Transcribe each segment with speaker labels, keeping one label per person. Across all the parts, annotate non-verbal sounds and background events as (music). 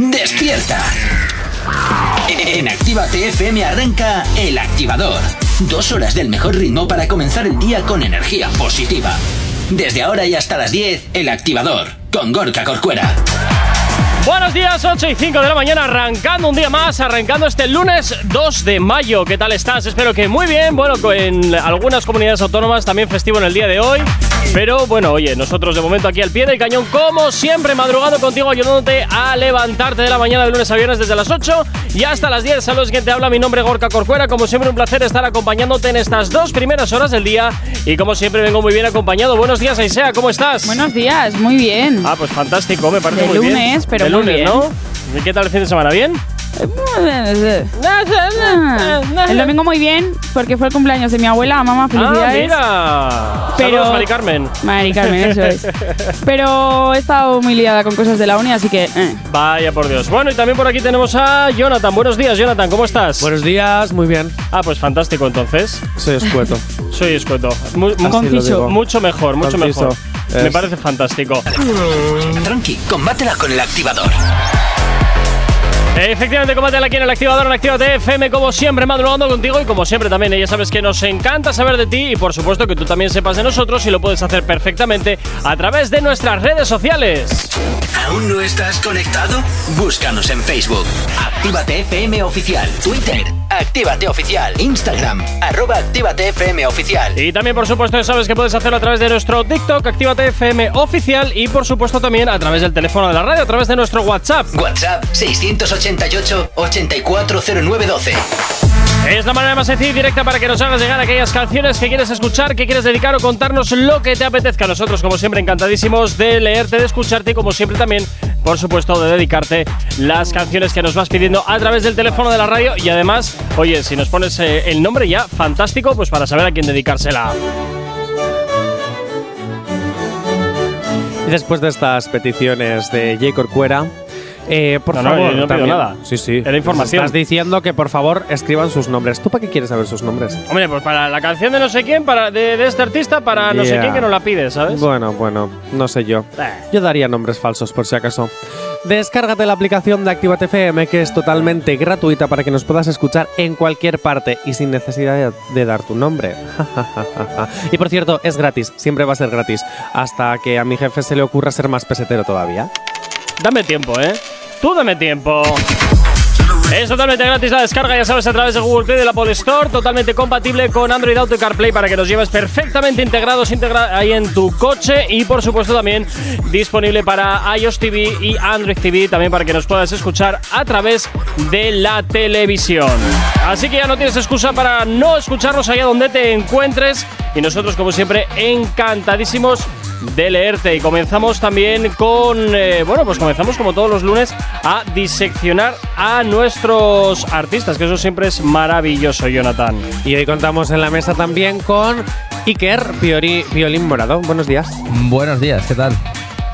Speaker 1: despierta. En Activa TFM arranca El Activador. Dos horas del mejor ritmo para comenzar el día con energía positiva. Desde ahora y hasta las 10, El Activador, con Gorka Corcuera.
Speaker 2: Buenos días, 8 y 5 de la mañana, arrancando un día más, arrancando este lunes 2 de mayo. ¿Qué tal estás? Espero que muy bien. Bueno, en algunas comunidades autónomas también festivo en el día de hoy. Pero bueno, oye, nosotros de momento aquí al pie del cañón, como siempre, madrugando contigo, ayudándote a levantarte de la mañana de lunes a viernes desde las 8 y hasta las 10. Saludos, quien te habla, mi nombre es Gorka Corcuera. Como siempre, un placer estar acompañándote en estas dos primeras horas del día. Y como siempre, vengo muy bien acompañado. Buenos días, Aisea, ¿cómo estás?
Speaker 3: Buenos días, muy bien.
Speaker 2: Ah, pues fantástico, me parece
Speaker 3: De
Speaker 2: muy bien.
Speaker 3: lunes, pero
Speaker 2: De
Speaker 3: muy
Speaker 2: lunes,
Speaker 3: bien.
Speaker 2: ¿no? ¿Y qué tal el fin de semana? ¿Bien? Ah,
Speaker 3: El domingo muy bien, porque fue el cumpleaños de mi abuela, mamá, felicidades.
Speaker 2: Ah, mira.
Speaker 3: Pero-
Speaker 2: Saludos, Mari Carmen.
Speaker 3: Mari Carmen, eso es. Pero he estado muy liada con cosas de la uni, así que. eh.
Speaker 2: Vaya por Dios. Bueno, y también por aquí tenemos a Jonathan. Buenos días, Jonathan, ¿cómo estás?
Speaker 4: Buenos días, muy bien.
Speaker 2: Ah, pues fantástico entonces.
Speaker 4: Soy escueto.
Speaker 2: Soy escueto. Mu- mu-
Speaker 4: Así lo digo.
Speaker 2: Mucho mejor, mucho
Speaker 4: Conciso.
Speaker 2: mejor. Me
Speaker 4: Es.
Speaker 2: parece fantástico.
Speaker 1: Tranqui, combátela con el activador.
Speaker 2: Eh, Efectivamente, combátela aquí en el activador en Activa FM, como siempre, madrugando contigo y como siempre también, eh, ya sabes que nos encanta saber de ti y por supuesto que tú también sepas de nosotros y lo puedes hacer perfectamente a través de nuestras redes sociales.
Speaker 1: ¿Aún no estás conectado? Búscanos en Facebook. Actívate FM Oficial. Twitter. Actívate Oficial. Instagram. Arroba Actívate FM Oficial.
Speaker 2: Y también, por supuesto, ya sabes que puedes hacerlo a través de nuestro TikTok, Actívate FM oficial y, por supuesto, también a través del teléfono de la radio, a través de nuestro WhatsApp.
Speaker 1: WhatsApp 688 840912.
Speaker 2: Es la manera más sencilla y directa para que nos hagas llegar aquellas canciones que quieres escuchar, que quieres dedicar o contarnos lo que te apetezca. Nosotros, como siempre, encantadísimos de leerte, de escucharte y, como siempre, también, por supuesto, de dedicarte las canciones que nos vas pidiendo a través del teléfono de la radio. Y además, oye, si nos pones eh, el nombre ya, fantástico, pues para saber a quién dedicársela.
Speaker 4: Y después de estas peticiones de J. Corcuera, eh, por
Speaker 2: No, no,
Speaker 4: favor.
Speaker 2: yo no pido
Speaker 4: también-
Speaker 2: nada.
Speaker 4: Sí, sí.
Speaker 2: Era información.
Speaker 4: Estás diciendo que por favor escriban sus nombres. ¿Tú para qué quieres saber sus nombres?
Speaker 2: Hombre, pues para la canción de no sé quién, para de, de este artista, para no sé
Speaker 4: Yeah.
Speaker 2: quién que nos la pide, ¿sabes?
Speaker 4: Bueno, bueno, no sé yo.
Speaker 2: Eh.
Speaker 4: Yo daría nombres falsos por si acaso. Descárgate la aplicación de Actívate FM que es totalmente gratuita para que nos puedas escuchar en cualquier parte y sin necesidad de, de dar tu nombre. (laughs) y por cierto, es gratis, siempre va a ser gratis, hasta que a mi jefe se le ocurra ser más pesetero todavía.
Speaker 2: Dame tiempo, ¿eh? Tú dame tiempo. Es totalmente gratis la descarga, ya sabes, a través de Google Play de la Apple Store, totalmente compatible con Android Auto y CarPlay para que los lleves perfectamente integrados integra- ahí en tu coche y por supuesto también disponible para iOS TV y Android TV, también para que nos puedas escuchar a través de la televisión. Así que ya no tienes excusa para no escucharnos allá donde te encuentres y nosotros como siempre encantadísimos de leerte y comenzamos también con eh, bueno pues comenzamos como todos los lunes a diseccionar a nuestros artistas que eso siempre es maravilloso Jonathan
Speaker 4: Y hoy contamos en la mesa también con Iker Piori, Piolín Morado. Buenos días.
Speaker 5: Buenos días, ¿qué tal?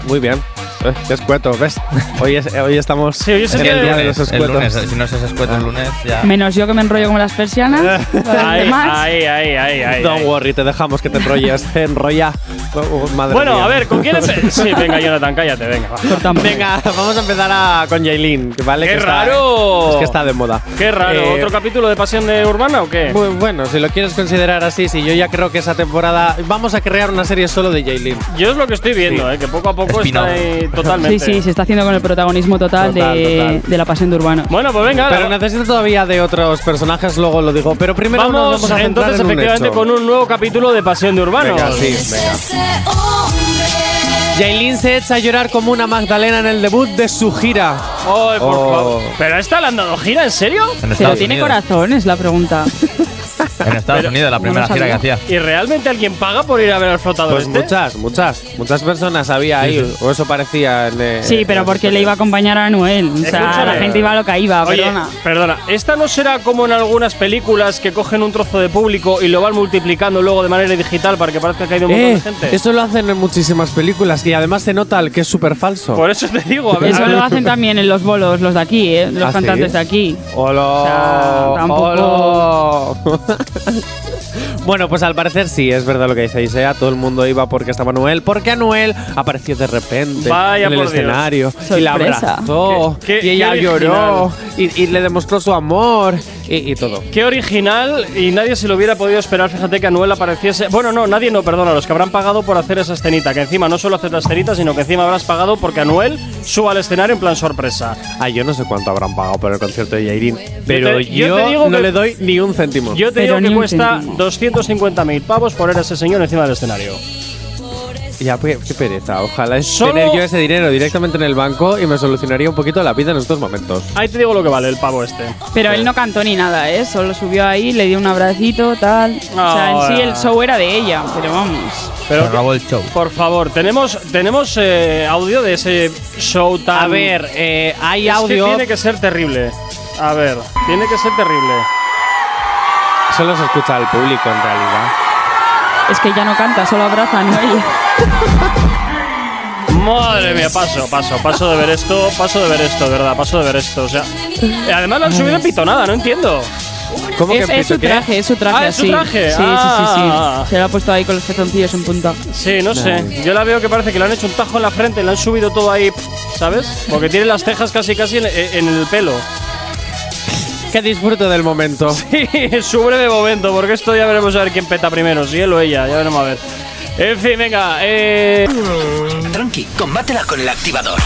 Speaker 4: Muy bien. Eh, qué escueto, ¿ves? Hoy, es- eh, hoy estamos
Speaker 2: Sí, hoy es
Speaker 4: en
Speaker 2: el
Speaker 4: el
Speaker 2: día
Speaker 4: día de
Speaker 5: lunes,
Speaker 4: los
Speaker 5: el
Speaker 4: escuetos.
Speaker 5: lunes, si no se escueto el lunes, ya.
Speaker 3: Menos yo que me enrollo como las persianas. todas las
Speaker 2: Ay,
Speaker 3: demás.
Speaker 2: ay, ay, ay, ay,
Speaker 4: Don't
Speaker 2: ay.
Speaker 4: worry, te dejamos que te enrolles. (laughs) Te enrolla. Oh, oh, madre
Speaker 2: bueno
Speaker 4: mía.
Speaker 2: a ver con quién empe- sí venga Jonathan cállate venga va.
Speaker 4: Venga, vamos a empezar a- con Jailin, ¿vale?
Speaker 2: ¡Qué
Speaker 4: que está-
Speaker 2: raro!
Speaker 4: es que está de moda.
Speaker 2: qué raro
Speaker 4: Eh,
Speaker 2: otro capítulo de pasión de urbana o qué
Speaker 4: bu- bueno, si lo quieres considerar así, si yo ya creo que esa temporada. Vamos a crear una serie solo de Jailin.
Speaker 2: yo es lo que estoy viendo eh, que poco a poco está
Speaker 5: Spin-off.
Speaker 2: ahí
Speaker 3: Sí,
Speaker 2: totalmente
Speaker 3: sí, se está haciendo con el protagonismo total,
Speaker 4: Total,
Speaker 3: de,
Speaker 4: total.
Speaker 3: de la pasión de Urbano.
Speaker 2: bueno pues venga
Speaker 4: Pero
Speaker 2: la-
Speaker 4: necesito todavía de otros personajes, luego lo digo. Pero primero nos
Speaker 2: vamos,
Speaker 4: vamos a centrar
Speaker 2: entonces
Speaker 4: en un
Speaker 2: efectivamente
Speaker 4: hecho.
Speaker 2: con un nuevo capítulo de pasión de urbano
Speaker 4: Venga, sí, venga. Yailin se echa a llorar como una Magdalena en el debut de su gira.
Speaker 2: Ay, por
Speaker 4: Oh.
Speaker 2: favor. ¿Pero esta le han dado gira? ¿En serio?
Speaker 5: En
Speaker 3: Pero
Speaker 5: Estados
Speaker 3: tiene
Speaker 5: Unidos.
Speaker 3: corazón, es la pregunta.
Speaker 5: En Estados Unidos, la primera
Speaker 3: lo
Speaker 5: gira que
Speaker 3: sabía.
Speaker 5: hacía.
Speaker 2: ¿Y realmente alguien paga por ir a ver al flotador
Speaker 4: Pues
Speaker 2: este?
Speaker 4: muchas, muchas, muchas personas había ahí, o eso parecía. En, eh,
Speaker 3: Sí, pero
Speaker 4: en-
Speaker 3: porque le iba a acompañar a Anuel. O sea, la
Speaker 2: Escúchame.
Speaker 3: gente iba a lo que iba,
Speaker 2: Oye,
Speaker 3: perdona.
Speaker 2: perdona, ¿esta no será como en algunas películas que cogen un trozo de público y lo van multiplicando luego de manera digital para que parezca que hay un montón
Speaker 4: Eh,
Speaker 2: de gente?
Speaker 4: eso lo hacen en muchísimas películas y además se nota el que es súper falso.
Speaker 2: Por e- eso te digo, a ver.
Speaker 3: Eso
Speaker 2: a ver.
Speaker 3: lo hacen también en los bolos, los de aquí, ¿eh? los
Speaker 4: ¿Ah, sí?
Speaker 3: cantantes de aquí.
Speaker 4: ¡Hola!
Speaker 3: sea, tampoco-
Speaker 4: ¡Hola! (laughs) Bueno, pues al parecer sí, es verdad lo que dice Isea. Todo el mundo iba porque estaba Anuel, porque Anuel apareció de repente
Speaker 2: Vaya
Speaker 4: en el
Speaker 2: por Dios.
Speaker 4: escenario y la
Speaker 3: Sorpresa.
Speaker 4: abrazó
Speaker 2: Qué- qué-
Speaker 4: y ella
Speaker 2: qué
Speaker 4: lloró y, y le demostró su amor y, y todo.
Speaker 2: Qué original y nadie se lo hubiera podido esperar. Fíjate que Anuel apareciese. Bueno, no, nadie no, perdona, los que habrán pagado por hacer esa escenita. Que encima no solo haces la escenita, sino que encima habrás pagado porque Anuel suba al escenario en plan sorpresa.
Speaker 4: Ah, yo no sé cuánto habrán pagado por el concierto de Jairin, pero yo,
Speaker 2: te- yo te digo
Speaker 4: no
Speaker 2: que-
Speaker 4: le doy ni un céntimo.
Speaker 2: Yo te
Speaker 3: Pero
Speaker 2: digo
Speaker 3: ni
Speaker 2: que
Speaker 3: un
Speaker 2: cuesta
Speaker 3: céntimo.
Speaker 2: 250.000 pavos poner a ese señor encima del escenario.
Speaker 4: Ya, pues, qué pereza. Ojalá es
Speaker 2: Solo-
Speaker 4: tener yo ese dinero directamente en el banco y me solucionaría un poquito la vida en estos momentos.
Speaker 2: Ahí te digo lo que vale el pavo este.
Speaker 3: Pero él no cantó ni nada, ¿eh? Solo subió ahí, le dio un abracito, tal. o sea, en sí
Speaker 2: Ahora.
Speaker 3: el show era de ella, pero vamos.
Speaker 5: Pero
Speaker 2: Pero
Speaker 5: robó el show.
Speaker 2: por favor, tenemos, tenemos eh, audio de ese show tan.
Speaker 4: A ver, eh, hay
Speaker 2: Es que
Speaker 4: audio.
Speaker 2: tiene que ser terrible. A ver, tiene que ser terrible.
Speaker 4: Solo se escucha al público en realidad.
Speaker 3: Es que ya no canta, solo abraza, no ella.
Speaker 2: Madre mía, paso, paso, paso de ver esto, paso de ver esto, de verdad, paso de ver esto. O sea, y además lo han subido en pitonada, no entiendo.
Speaker 3: (laughs)
Speaker 4: ¿Cómo
Speaker 3: Es,
Speaker 4: que
Speaker 3: es su
Speaker 4: ¿qué?
Speaker 3: traje, es su traje
Speaker 2: Ah, es su
Speaker 3: así.
Speaker 2: traje.
Speaker 3: Sí, sí, sí,
Speaker 2: Ah.
Speaker 3: sí. Se lo ha puesto ahí con los pezoncillos en punta.
Speaker 2: Sí, no sé. Yo la veo que parece que le han hecho un tajo en la frente, le han subido todo ahí, ¿sabes? Porque tiene las cejas casi, casi en, eh, en el pelo. (laughs)
Speaker 4: Que disfruto del momento.
Speaker 2: Sí, su breve momento, porque esto ya veremos a ver quién peta primero, si él o ella, ya veremos a ver. En fin, venga, eh.
Speaker 1: Tranqui, combátela con el activador.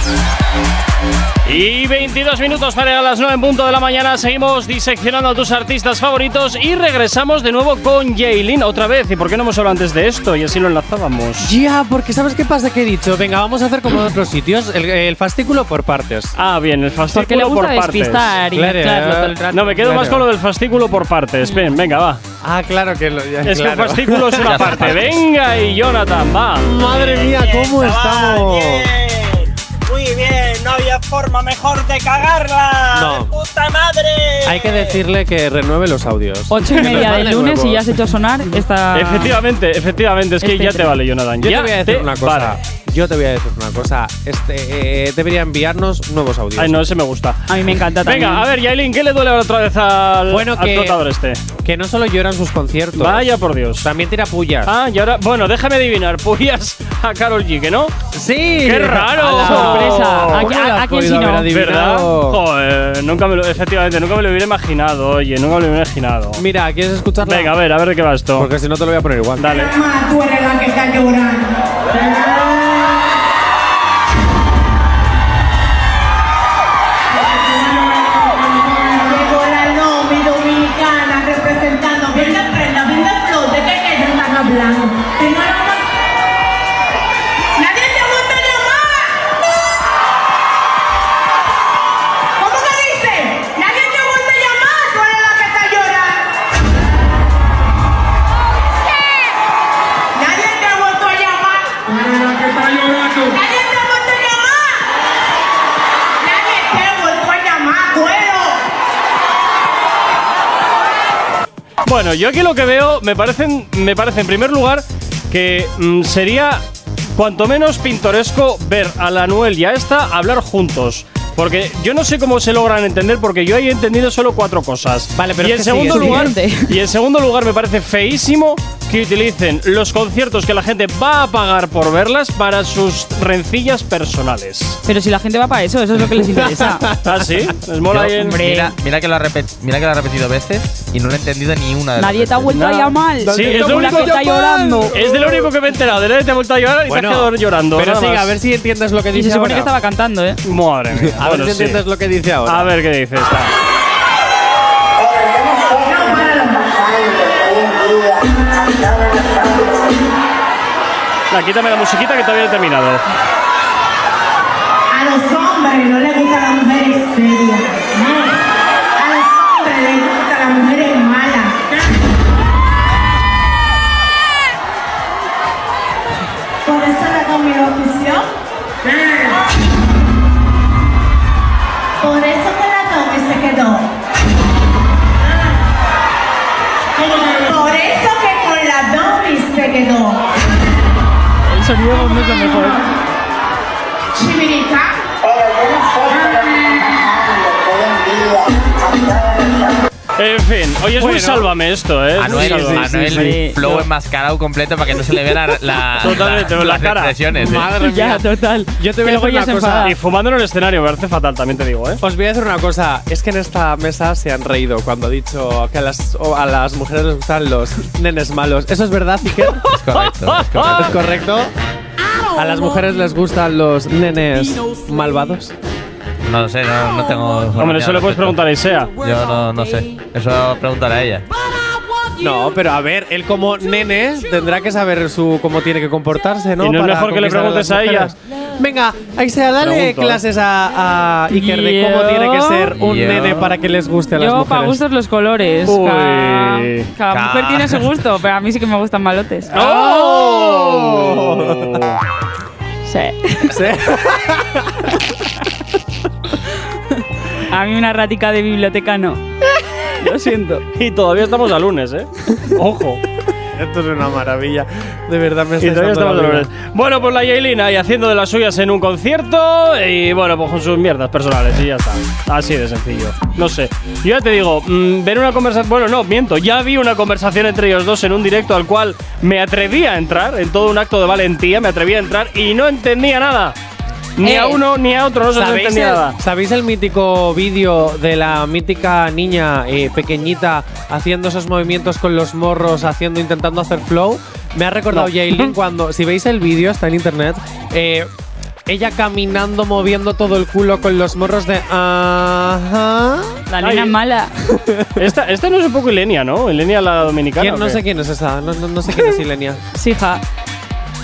Speaker 2: Y 22 minutos para llegar a las 9 en punto de la mañana. Seguimos diseccionando a tus artistas favoritos y regresamos de nuevo con Jaylin otra vez. ¿Y por qué no hemos hablado antes de esto? Y así lo enlazábamos.
Speaker 4: Ya, porque ¿sabes qué pasa? Que he dicho, venga, vamos a hacer como en otros sitios, el, el fascículo por partes.
Speaker 2: Ah, bien, el fascículo
Speaker 3: Porque le gusta
Speaker 2: por partes.
Speaker 3: despistar y
Speaker 4: Claro,
Speaker 3: mezclarlo todo el
Speaker 4: eh.
Speaker 3: rato.
Speaker 2: No, me quedo
Speaker 4: Claro.
Speaker 2: más con lo del fascículo por partes. Ven, venga, va.
Speaker 4: Ah, claro que lo. ya,
Speaker 2: Es que el
Speaker 4: claro.
Speaker 2: fascículo es una parte. Venga, y Jonathan, va.
Speaker 4: (laughs) Madre mía, ¿cómo estamos?
Speaker 6: Muy bien, no había forma mejor de cagarla.
Speaker 4: No.
Speaker 6: ¡De ¡Puta madre!
Speaker 4: Hay que decirle que renueve los audios.
Speaker 3: Ocho
Speaker 2: (laughs)
Speaker 3: y
Speaker 4: Que nos
Speaker 3: media
Speaker 4: mande
Speaker 3: del lunes
Speaker 4: nuevos.
Speaker 3: y ya has hecho sonar esta.
Speaker 2: pues Efectivamente, efectivamente, es que
Speaker 3: Este
Speaker 2: ya te
Speaker 3: tren.
Speaker 2: vale, Jonathan.
Speaker 4: Ah. Yo
Speaker 2: ya
Speaker 4: te voy a decir
Speaker 2: te
Speaker 4: una cosa.
Speaker 2: vale.
Speaker 4: Yo te voy a decir una cosa. Este eh, debería enviarnos nuevos audios.
Speaker 2: Ay, no, ese me gusta.
Speaker 3: A mí me encanta también.
Speaker 2: Venga, a ver, Yailin, ¿qué le duele ahora otra vez al,
Speaker 4: Bueno,
Speaker 2: al
Speaker 4: que-
Speaker 2: flotador este?
Speaker 4: Que no solo lloran sus conciertos.
Speaker 2: Vaya por Dios.
Speaker 4: También tira pullas.
Speaker 2: Ah, y ahora, bueno, déjame adivinar, ¿pullas a Carol G, que no?
Speaker 4: sí.
Speaker 2: ¡Qué raro!
Speaker 4: ¡Ala!
Speaker 3: Sorpresa. ¿A-
Speaker 4: ¿Cómo
Speaker 3: a-
Speaker 4: lo has
Speaker 3: a quién
Speaker 4: podido
Speaker 3: si no?
Speaker 4: haber adivinado?
Speaker 2: ¿Verdad? Joder, nunca me lo, efectivamente, nunca me lo hubiera imaginado, oye, nunca me lo hubiera imaginado.
Speaker 4: Mira, ¿quieres escucharla?
Speaker 2: Venga, a ver, a ver de qué va esto.
Speaker 4: Porque si no te lo voy a poner igual.
Speaker 2: Dale.
Speaker 7: Mamá, tú eres la que está llorando. Llegó la Lomi dominicana representando. Venga, prenda, venga, flote, ¿qué es que ellos están hablando? Tengo la ma- ¡Nadie se monta en la mala! ¿Cómo que dice? ¡Nadie te monta en la mala! ¡Tú eres la que está llorando! Nadie te ha vuelto a llamar. Nadie te ha vuelto a llamar. Nadie te ha vuelto a llamar, güero.
Speaker 2: Bueno, yo aquí lo que veo, me parecen, me parece en primer lugar que mm, sería cuanto menos pintoresco ver a la Anuel y a esta hablar juntos. Porque yo no sé cómo se logran entender, porque yo he entendido solo cuatro cosas.
Speaker 4: Vale, pero
Speaker 2: y en
Speaker 4: es que
Speaker 2: segundo
Speaker 3: sigue,
Speaker 2: lugar,
Speaker 3: siguiente.
Speaker 2: y en segundo lugar me parece feísimo que utilicen los conciertos que la gente va a pagar por verlas para sus rencillas personales.
Speaker 3: Pero si la gente va para eso, eso es lo que
Speaker 2: (laughs)
Speaker 3: les interesa.
Speaker 2: ¿Ah, sí? ¿Les mola
Speaker 5: Yo-
Speaker 2: ahí en-
Speaker 5: mira, mira que lo ha repet- mira que lo ha repetido veces y no lo he entendido ni una de las
Speaker 3: Nadie te ha
Speaker 5: veces.
Speaker 3: vuelto a llamar.
Speaker 2: Sí,
Speaker 3: Tú
Speaker 2: es
Speaker 3: eres
Speaker 2: lo
Speaker 3: la
Speaker 2: único
Speaker 3: que está llorando.
Speaker 2: Es de lo único que me he enterado. De la te ha vuelto a llorar y te has quedado llorando.
Speaker 4: Pero
Speaker 2: nada
Speaker 4: sí,
Speaker 2: más.
Speaker 4: a ver si entiendes lo que
Speaker 3: Y
Speaker 4: dice
Speaker 3: se supone que
Speaker 4: ahora.
Speaker 3: estaba cantando, ¿eh?
Speaker 2: Madre mía.
Speaker 4: (laughs) A ver
Speaker 2: Bueno,
Speaker 4: si
Speaker 2: sí.
Speaker 4: entiendes lo que dice ahora.
Speaker 2: A ver qué dice esta. La, quítame la musiquita que todavía no he terminado.
Speaker 7: A los hombres no les gustan las mujeres serias. No. A los hombres les gustan las mujeres malas. Por eso no hago mi locución. Por eso que la Tommy se quedó. Por eso que con la Tommy se quedó.
Speaker 3: El sonido no es lo mejor.
Speaker 7: Chivirica.
Speaker 2: En fin, hoy es muy
Speaker 4: Bueno.
Speaker 2: sálvame esto, ¿eh? Es muy
Speaker 5: Anuel,
Speaker 2: sálvame.
Speaker 5: Anuel
Speaker 3: sí.
Speaker 5: flow
Speaker 3: No.
Speaker 5: enmascarado completo para que no se le vea la,
Speaker 3: (laughs)
Speaker 5: la,
Speaker 2: Totalmente, la
Speaker 5: la- las
Speaker 2: cara.
Speaker 5: expresiones, eh.
Speaker 4: Madre
Speaker 3: Ya, total.
Speaker 4: Yo te voy a
Speaker 3: Luego
Speaker 4: decir
Speaker 3: ya se
Speaker 4: una cosa.
Speaker 3: enfada.
Speaker 2: Y fumando en el escenario, me parece fatal, también te digo, ¿eh?
Speaker 4: Os voy a decir una cosa, es que en esta mesa se han reído cuando ha dicho que a las, o a las mujeres les gustan los nenes malos. ¿Eso es verdad, Iker?
Speaker 5: Es correcto, es correcto.
Speaker 4: ¿Es
Speaker 3: (laughs)
Speaker 4: correcto? ¿A las mujeres les gustan los nenes malvados?
Speaker 5: No lo sé, no, no tengo.
Speaker 2: Hombre,
Speaker 5: información
Speaker 2: eso
Speaker 5: al
Speaker 2: le puedes
Speaker 5: respecto.
Speaker 2: preguntar a Isea.
Speaker 5: Yo no, no sé. Eso preguntaré a ella.
Speaker 4: No, pero a ver, él como nene tendrá que saber su cómo tiene que comportarse, ¿no?
Speaker 2: ¿Y no es mejor que le
Speaker 4: conquistar
Speaker 2: preguntes
Speaker 4: las
Speaker 2: a ella?
Speaker 4: mujeres. Venga, ahí sea, dale
Speaker 2: Pregunto. ¿eh?
Speaker 4: clases a, a Iker de cómo
Speaker 3: Yo-
Speaker 4: tiene que ser un
Speaker 5: Yo-
Speaker 4: nene para que les guste a las
Speaker 3: Yo, para
Speaker 4: mujeres.
Speaker 3: gustos, los colores.
Speaker 2: Uy.
Speaker 3: Cada, cada
Speaker 5: Ca-
Speaker 3: mujer tiene su gusto, pero a mí sí que me gustan malotes.
Speaker 2: (laughs) ¡Oh!
Speaker 3: Sí. a mí una ratica de biblioteca no. Lo siento.
Speaker 2: Y todavía estamos a lunes, ¿eh? Ojo.
Speaker 4: Esto es una maravilla. De verdad me
Speaker 2: Y
Speaker 4: estáis
Speaker 2: todavía
Speaker 4: dando la
Speaker 2: estamos a
Speaker 4: vida.
Speaker 2: lunes. Bueno, pues la Yailin ahí haciendo de las suyas en un concierto y bueno, pues con sus mierdas personales y ya está. Así de sencillo. No sé. Yo ya te digo, mm, ver una conversación. Bueno, no, miento. Ya vi una conversación entre ellos dos en un directo al cual me atreví a entrar, en todo un acto de valentía, me atreví a entrar y no entendía nada. Ni
Speaker 3: Eh,
Speaker 2: a uno ni a otro, no se les
Speaker 4: ¿Sabéis
Speaker 2: entendía
Speaker 4: el, (laughs)
Speaker 2: nada.
Speaker 4: sabéis el mítico vídeo de la mítica niña eh, pequeñita haciendo esos movimientos con los morros, haciendo, intentando hacer flow? Me ha recordado Jaylin cuando, si veis el vídeo, está en internet, eh, ella caminando, moviendo todo el culo con los morros de... Ajá.
Speaker 3: La
Speaker 2: Ay.
Speaker 3: nena es mala.
Speaker 2: Esta, esta no es un poco Ilenia, ¿no? Ilenia la dominicana.
Speaker 4: ¿Quién?
Speaker 2: ¿o
Speaker 4: No
Speaker 2: qué?
Speaker 4: sé quién es esa, no, no- no sé quién es Ilenia.
Speaker 3: Sí, hija.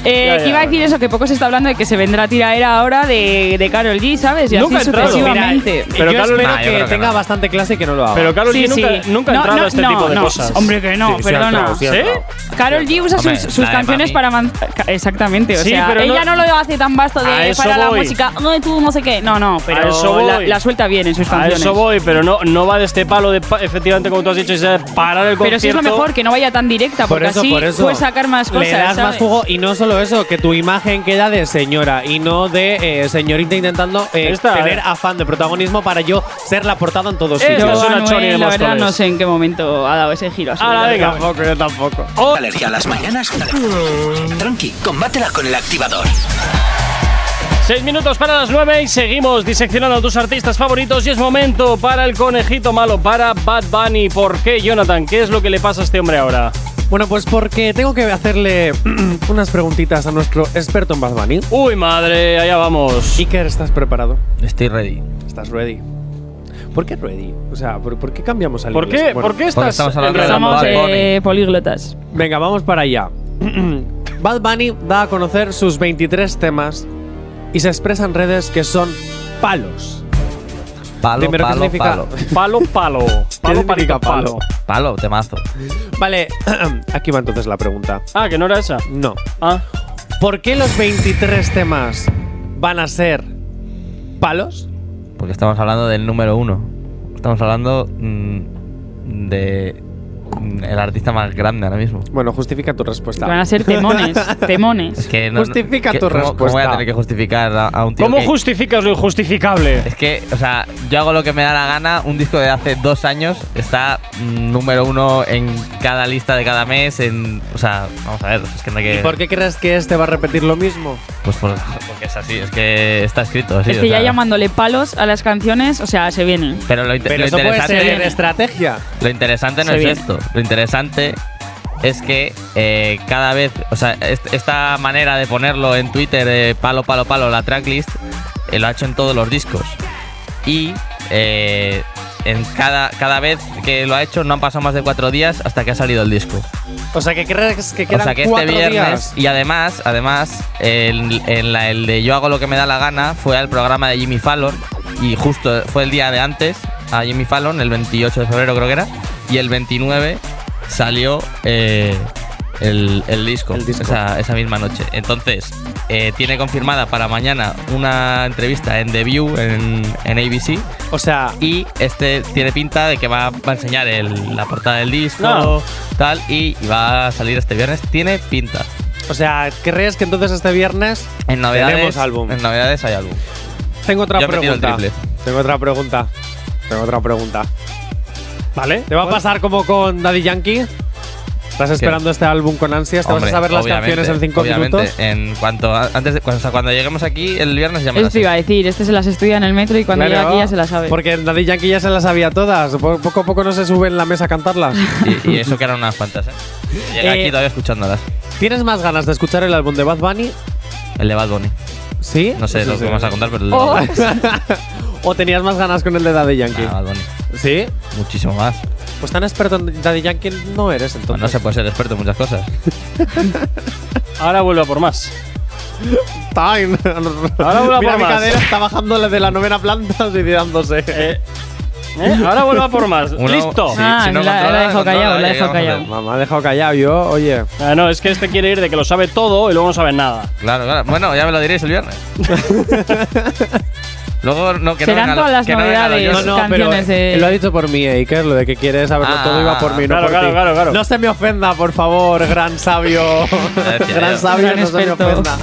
Speaker 3: Eh,
Speaker 2: Ya, ya,
Speaker 3: que iba a
Speaker 2: bueno.
Speaker 3: decir eso, que poco se está hablando de que se vendrá tiraera ahora de, de Carol G, ¿sabes? Y
Speaker 2: Nunca ha
Speaker 3: así
Speaker 2: entrado.
Speaker 3: sucesivamente.
Speaker 2: Pero
Speaker 4: yo
Speaker 2: Carol-
Speaker 4: espero
Speaker 5: Nah, yo
Speaker 4: que,
Speaker 5: creo que
Speaker 4: tenga
Speaker 5: no.
Speaker 4: bastante clase y que no lo haga.
Speaker 2: Pero Carol G nunca, nunca ha
Speaker 3: No,
Speaker 2: entrado
Speaker 3: no,
Speaker 2: a este
Speaker 3: no,
Speaker 2: tipo de
Speaker 3: no.
Speaker 2: cosas.
Speaker 3: Hombre, que no,
Speaker 5: Sí, sí, ha
Speaker 3: perdona.
Speaker 5: entrado, sí, ha
Speaker 2: ¿Sí?
Speaker 5: entrado.
Speaker 3: Carol G usa
Speaker 5: Hombre,
Speaker 3: sus, sus
Speaker 5: la de
Speaker 3: canciones
Speaker 5: Mami.
Speaker 3: para aman- ca- Exactamente, o
Speaker 2: Sí,
Speaker 3: sea,
Speaker 2: pero
Speaker 3: ella
Speaker 2: no-
Speaker 3: no, lo hace tan vasto
Speaker 2: A
Speaker 3: de
Speaker 2: eso
Speaker 3: para la
Speaker 2: voy.
Speaker 3: música, no, tú no sé qué. No, no, pero
Speaker 2: eso
Speaker 3: la,
Speaker 2: voy.
Speaker 3: la suelta bien en sus
Speaker 2: A
Speaker 3: canciones.
Speaker 2: eso voy, pero no, no va de este palo de, pa- efectivamente, como tú has dicho, es de parar el concierto.
Speaker 3: pero sí es lo mejor, que no vaya tan directa, porque así puedes sacar más cosas.
Speaker 4: Le das más
Speaker 3: ¿sabes?
Speaker 4: jugo y no solo eso, que tu imagen queda de señora y no de eh, señorita intentando eh,
Speaker 2: Esta,
Speaker 4: tener
Speaker 2: eh.
Speaker 4: afán de protagonismo para yo ser la portada en todos
Speaker 2: Esta
Speaker 3: Yo,
Speaker 4: sitios.
Speaker 2: es una
Speaker 3: Anuel,
Speaker 2: choni de
Speaker 3: la verdad
Speaker 2: Móstoles.
Speaker 3: no sé en qué momento ha dado ese giro. a su
Speaker 2: Ahora
Speaker 3: vida.
Speaker 2: venga.
Speaker 4: yo tampoco.
Speaker 1: Alergia a las mañanas. Tranqui, combátela con el activador.
Speaker 2: Seis minutos para las nueve y seguimos diseccionando a tus artistas favoritos. Y es momento para el conejito malo, para Bad Bunny. ¿Por qué, Jonathan? ¿Qué es lo que le pasa a este hombre ahora?
Speaker 4: Bueno, pues porque tengo que hacerle (clears throat) unas preguntitas a nuestro experto en Bad Bunny.
Speaker 2: Uy, madre, allá vamos.
Speaker 4: Iker, ¿estás preparado?
Speaker 5: Estoy ready.
Speaker 4: ¿Estás ready? ¿Por qué ready? O sea, ¿por, por qué cambiamos al
Speaker 2: ¿Por
Speaker 4: inglés?
Speaker 2: qué,
Speaker 4: Bueno,
Speaker 2: ¿Por qué
Speaker 5: porque
Speaker 2: estás
Speaker 5: estamos hablando de
Speaker 2: enredando?
Speaker 3: Somos
Speaker 5: Bad Bunny.
Speaker 3: eh, políglotas.
Speaker 4: Venga, vamos para allá. (clears throat) Bad Bunny da a conocer sus 23 temas y se expresa en redes que son palos.
Speaker 5: Palo,
Speaker 4: Primero, ¿qué
Speaker 5: palo,
Speaker 4: significa?
Speaker 5: palo.
Speaker 2: Palo, palo. Palo,
Speaker 4: significa
Speaker 2: palito,
Speaker 4: palo?
Speaker 2: palo.
Speaker 5: Palo, temazo.
Speaker 4: Vale, (clears throat) aquí va entonces la pregunta.
Speaker 2: Ah, que no era esa.
Speaker 4: No.
Speaker 2: Ah,
Speaker 4: ¿Por qué los 23 temas van a ser palos?
Speaker 5: Porque estamos hablando del número uno. Estamos hablando mm, de mm, el artista más grande ahora mismo.
Speaker 4: Bueno, justifica tu respuesta.
Speaker 3: Van
Speaker 2: (laughs)
Speaker 3: a ser temones,
Speaker 5: Es
Speaker 3: temones.
Speaker 5: que no-
Speaker 4: Justifica
Speaker 5: que-
Speaker 4: tu
Speaker 5: ¿cómo- ¿Cómo voy
Speaker 4: respuesta.
Speaker 5: a tener que justificar a, a un tío?
Speaker 2: ¿Cómo
Speaker 5: que-
Speaker 2: justificas lo injustificable?
Speaker 5: Es que, o sea, yo hago lo que me da la gana. Un disco de hace dos años está mm, número uno en cada lista de cada mes. En, o sea, vamos a ver, es que no hay que.
Speaker 4: ¿Y por qué crees que este va a repetir lo mismo?
Speaker 5: Pues por- porque es así, es que está escrito así.
Speaker 3: es
Speaker 5: o
Speaker 3: que ya
Speaker 5: sea.
Speaker 3: llamándole palos a las canciones, o sea, se vienen.
Speaker 5: Pero lo, inte-
Speaker 4: Pero
Speaker 5: lo
Speaker 4: eso puede
Speaker 5: interesante,
Speaker 4: ser estrategia.
Speaker 5: lo interesante no
Speaker 3: Se
Speaker 5: es
Speaker 3: viene.
Speaker 5: esto. Lo interesante es que eh, cada vez, o sea, est- esta manera de ponerlo en Twitter, eh, palo, palo, palo, la tracklist, eh, lo ha hecho en todos los discos. Y eh, en cada, cada vez que lo ha hecho, no han pasado más de cuatro días hasta que ha salido el disco.
Speaker 4: O sea, que crees que quedan
Speaker 5: o sea que este
Speaker 4: cuatro
Speaker 5: viernes
Speaker 4: días.
Speaker 5: y además, además, el, el- la- el de Yo hago lo que me da la gana fue al programa de Jimmy Fallon y justo fue el día de antes a Jimmy Fallon, el 28 de febrero creo que era, y el 29 salió eh, el, el disco,
Speaker 4: El disco.
Speaker 5: Esa, esa misma noche. Entonces, eh, tiene confirmada para mañana una entrevista en The View, en, en ABC,
Speaker 4: O sea,
Speaker 5: y este tiene pinta de que va, va a enseñar el- la portada del disco,
Speaker 2: No.
Speaker 5: tal, y va a salir este viernes. Tiene pinta.
Speaker 4: o sea, ¿crees que entonces este viernes
Speaker 5: En novedades,
Speaker 4: Tenemos álbum. Pues
Speaker 5: En novedades hay álbum.
Speaker 4: Tengo otra
Speaker 5: Ya he metido el
Speaker 4: pregunta.
Speaker 5: triple.
Speaker 4: Tengo otra pregunta. Tengo otra pregunta.
Speaker 2: ¿Vale?
Speaker 4: ¿Te va a pasar como con Daddy Yankee? ¿Estás esperando este álbum con ansias? ¿Te
Speaker 5: Hombre,
Speaker 4: vas a saber las
Speaker 5: obviamente,
Speaker 4: canciones en cinco
Speaker 5: obviamente,
Speaker 4: minutos?
Speaker 5: En cuanto a- antes de- cuando, o sea, cuando lleguemos aquí el viernes ya me
Speaker 3: Eso
Speaker 5: las
Speaker 3: te
Speaker 5: sé.
Speaker 3: iba a decir, este se las estudia en el metro y cuando
Speaker 4: Claro,
Speaker 3: llega aquí ya se las sabe.
Speaker 4: Porque en Daddy Yankee ya se las sabía todas. Po- Poco a poco no se sube en la mesa
Speaker 3: (laughs)
Speaker 4: a cantarlas.
Speaker 5: Y, y eso que eran unas
Speaker 4: (laughs)
Speaker 5: cuantas, ¿eh? Llegué
Speaker 4: Eh,
Speaker 5: aquí todavía escuchándolas.
Speaker 4: ¿Tienes más ganas de escuchar el álbum de Bad Bunny?
Speaker 5: El de Bad Bunny.
Speaker 4: ¿Sí?
Speaker 5: No sé
Speaker 4: Sí,
Speaker 5: lo
Speaker 4: sí.
Speaker 5: que vas a contar, pero el de
Speaker 2: (laughs)
Speaker 3: Oh.
Speaker 5: Bad Bunny.
Speaker 4: (laughs) ¿O tenías más ganas con el de Daddy Yankee?
Speaker 5: Ah, Bad Bunny.
Speaker 4: ¿Sí?
Speaker 5: Muchísimo más.
Speaker 4: Pues tan experto en Daddy Yankee no eres entonces.
Speaker 5: Bueno, no se puede ser experto en
Speaker 4: (laughs)
Speaker 5: muchas cosas.
Speaker 2: Ahora vuelvo a por más.
Speaker 4: Time.
Speaker 2: (laughs) Ahora vuelvo a
Speaker 4: Mira
Speaker 2: por
Speaker 4: mi
Speaker 2: más.
Speaker 4: cadera está bajando desde la novena planta (laughs) suicidándose.
Speaker 2: Eh, eh, Ahora vuelvo a por más.
Speaker 5: Uno-
Speaker 2: ¡Listo!
Speaker 5: sí,
Speaker 3: Ah,
Speaker 5: no
Speaker 3: la- la he
Speaker 5: controla,
Speaker 3: dejado
Speaker 5: controla,
Speaker 3: callado, la he
Speaker 5: ¿qué
Speaker 3: dejado
Speaker 5: vamos a
Speaker 3: callado.
Speaker 5: hacer?
Speaker 4: Me ha dejado callado yo, oye.
Speaker 2: Ah, no, es que este quiere ir de que lo sabe todo y luego no sabe nada.
Speaker 5: Claro, claro. Bueno, ya me lo diréis el viernes. Luego, no, que no
Speaker 3: Serán
Speaker 5: venga
Speaker 3: todas
Speaker 5: lo-
Speaker 3: las
Speaker 5: que no venga lo
Speaker 3: novedades.
Speaker 5: yo.
Speaker 3: No, no. Canciones de-
Speaker 4: eh, él lo ha dicho por mí, Iker, lo de que quiere saberlo
Speaker 5: Ah,
Speaker 4: todo iba por mí,
Speaker 2: claro,
Speaker 4: no por
Speaker 2: claro,
Speaker 4: ti.
Speaker 2: claro, claro.
Speaker 4: No se me ofenda, por favor, gran sabio.
Speaker 5: Gracias.
Speaker 4: gran sabio,
Speaker 3: Gran
Speaker 4: no se me
Speaker 3: experto.
Speaker 4: ofenda.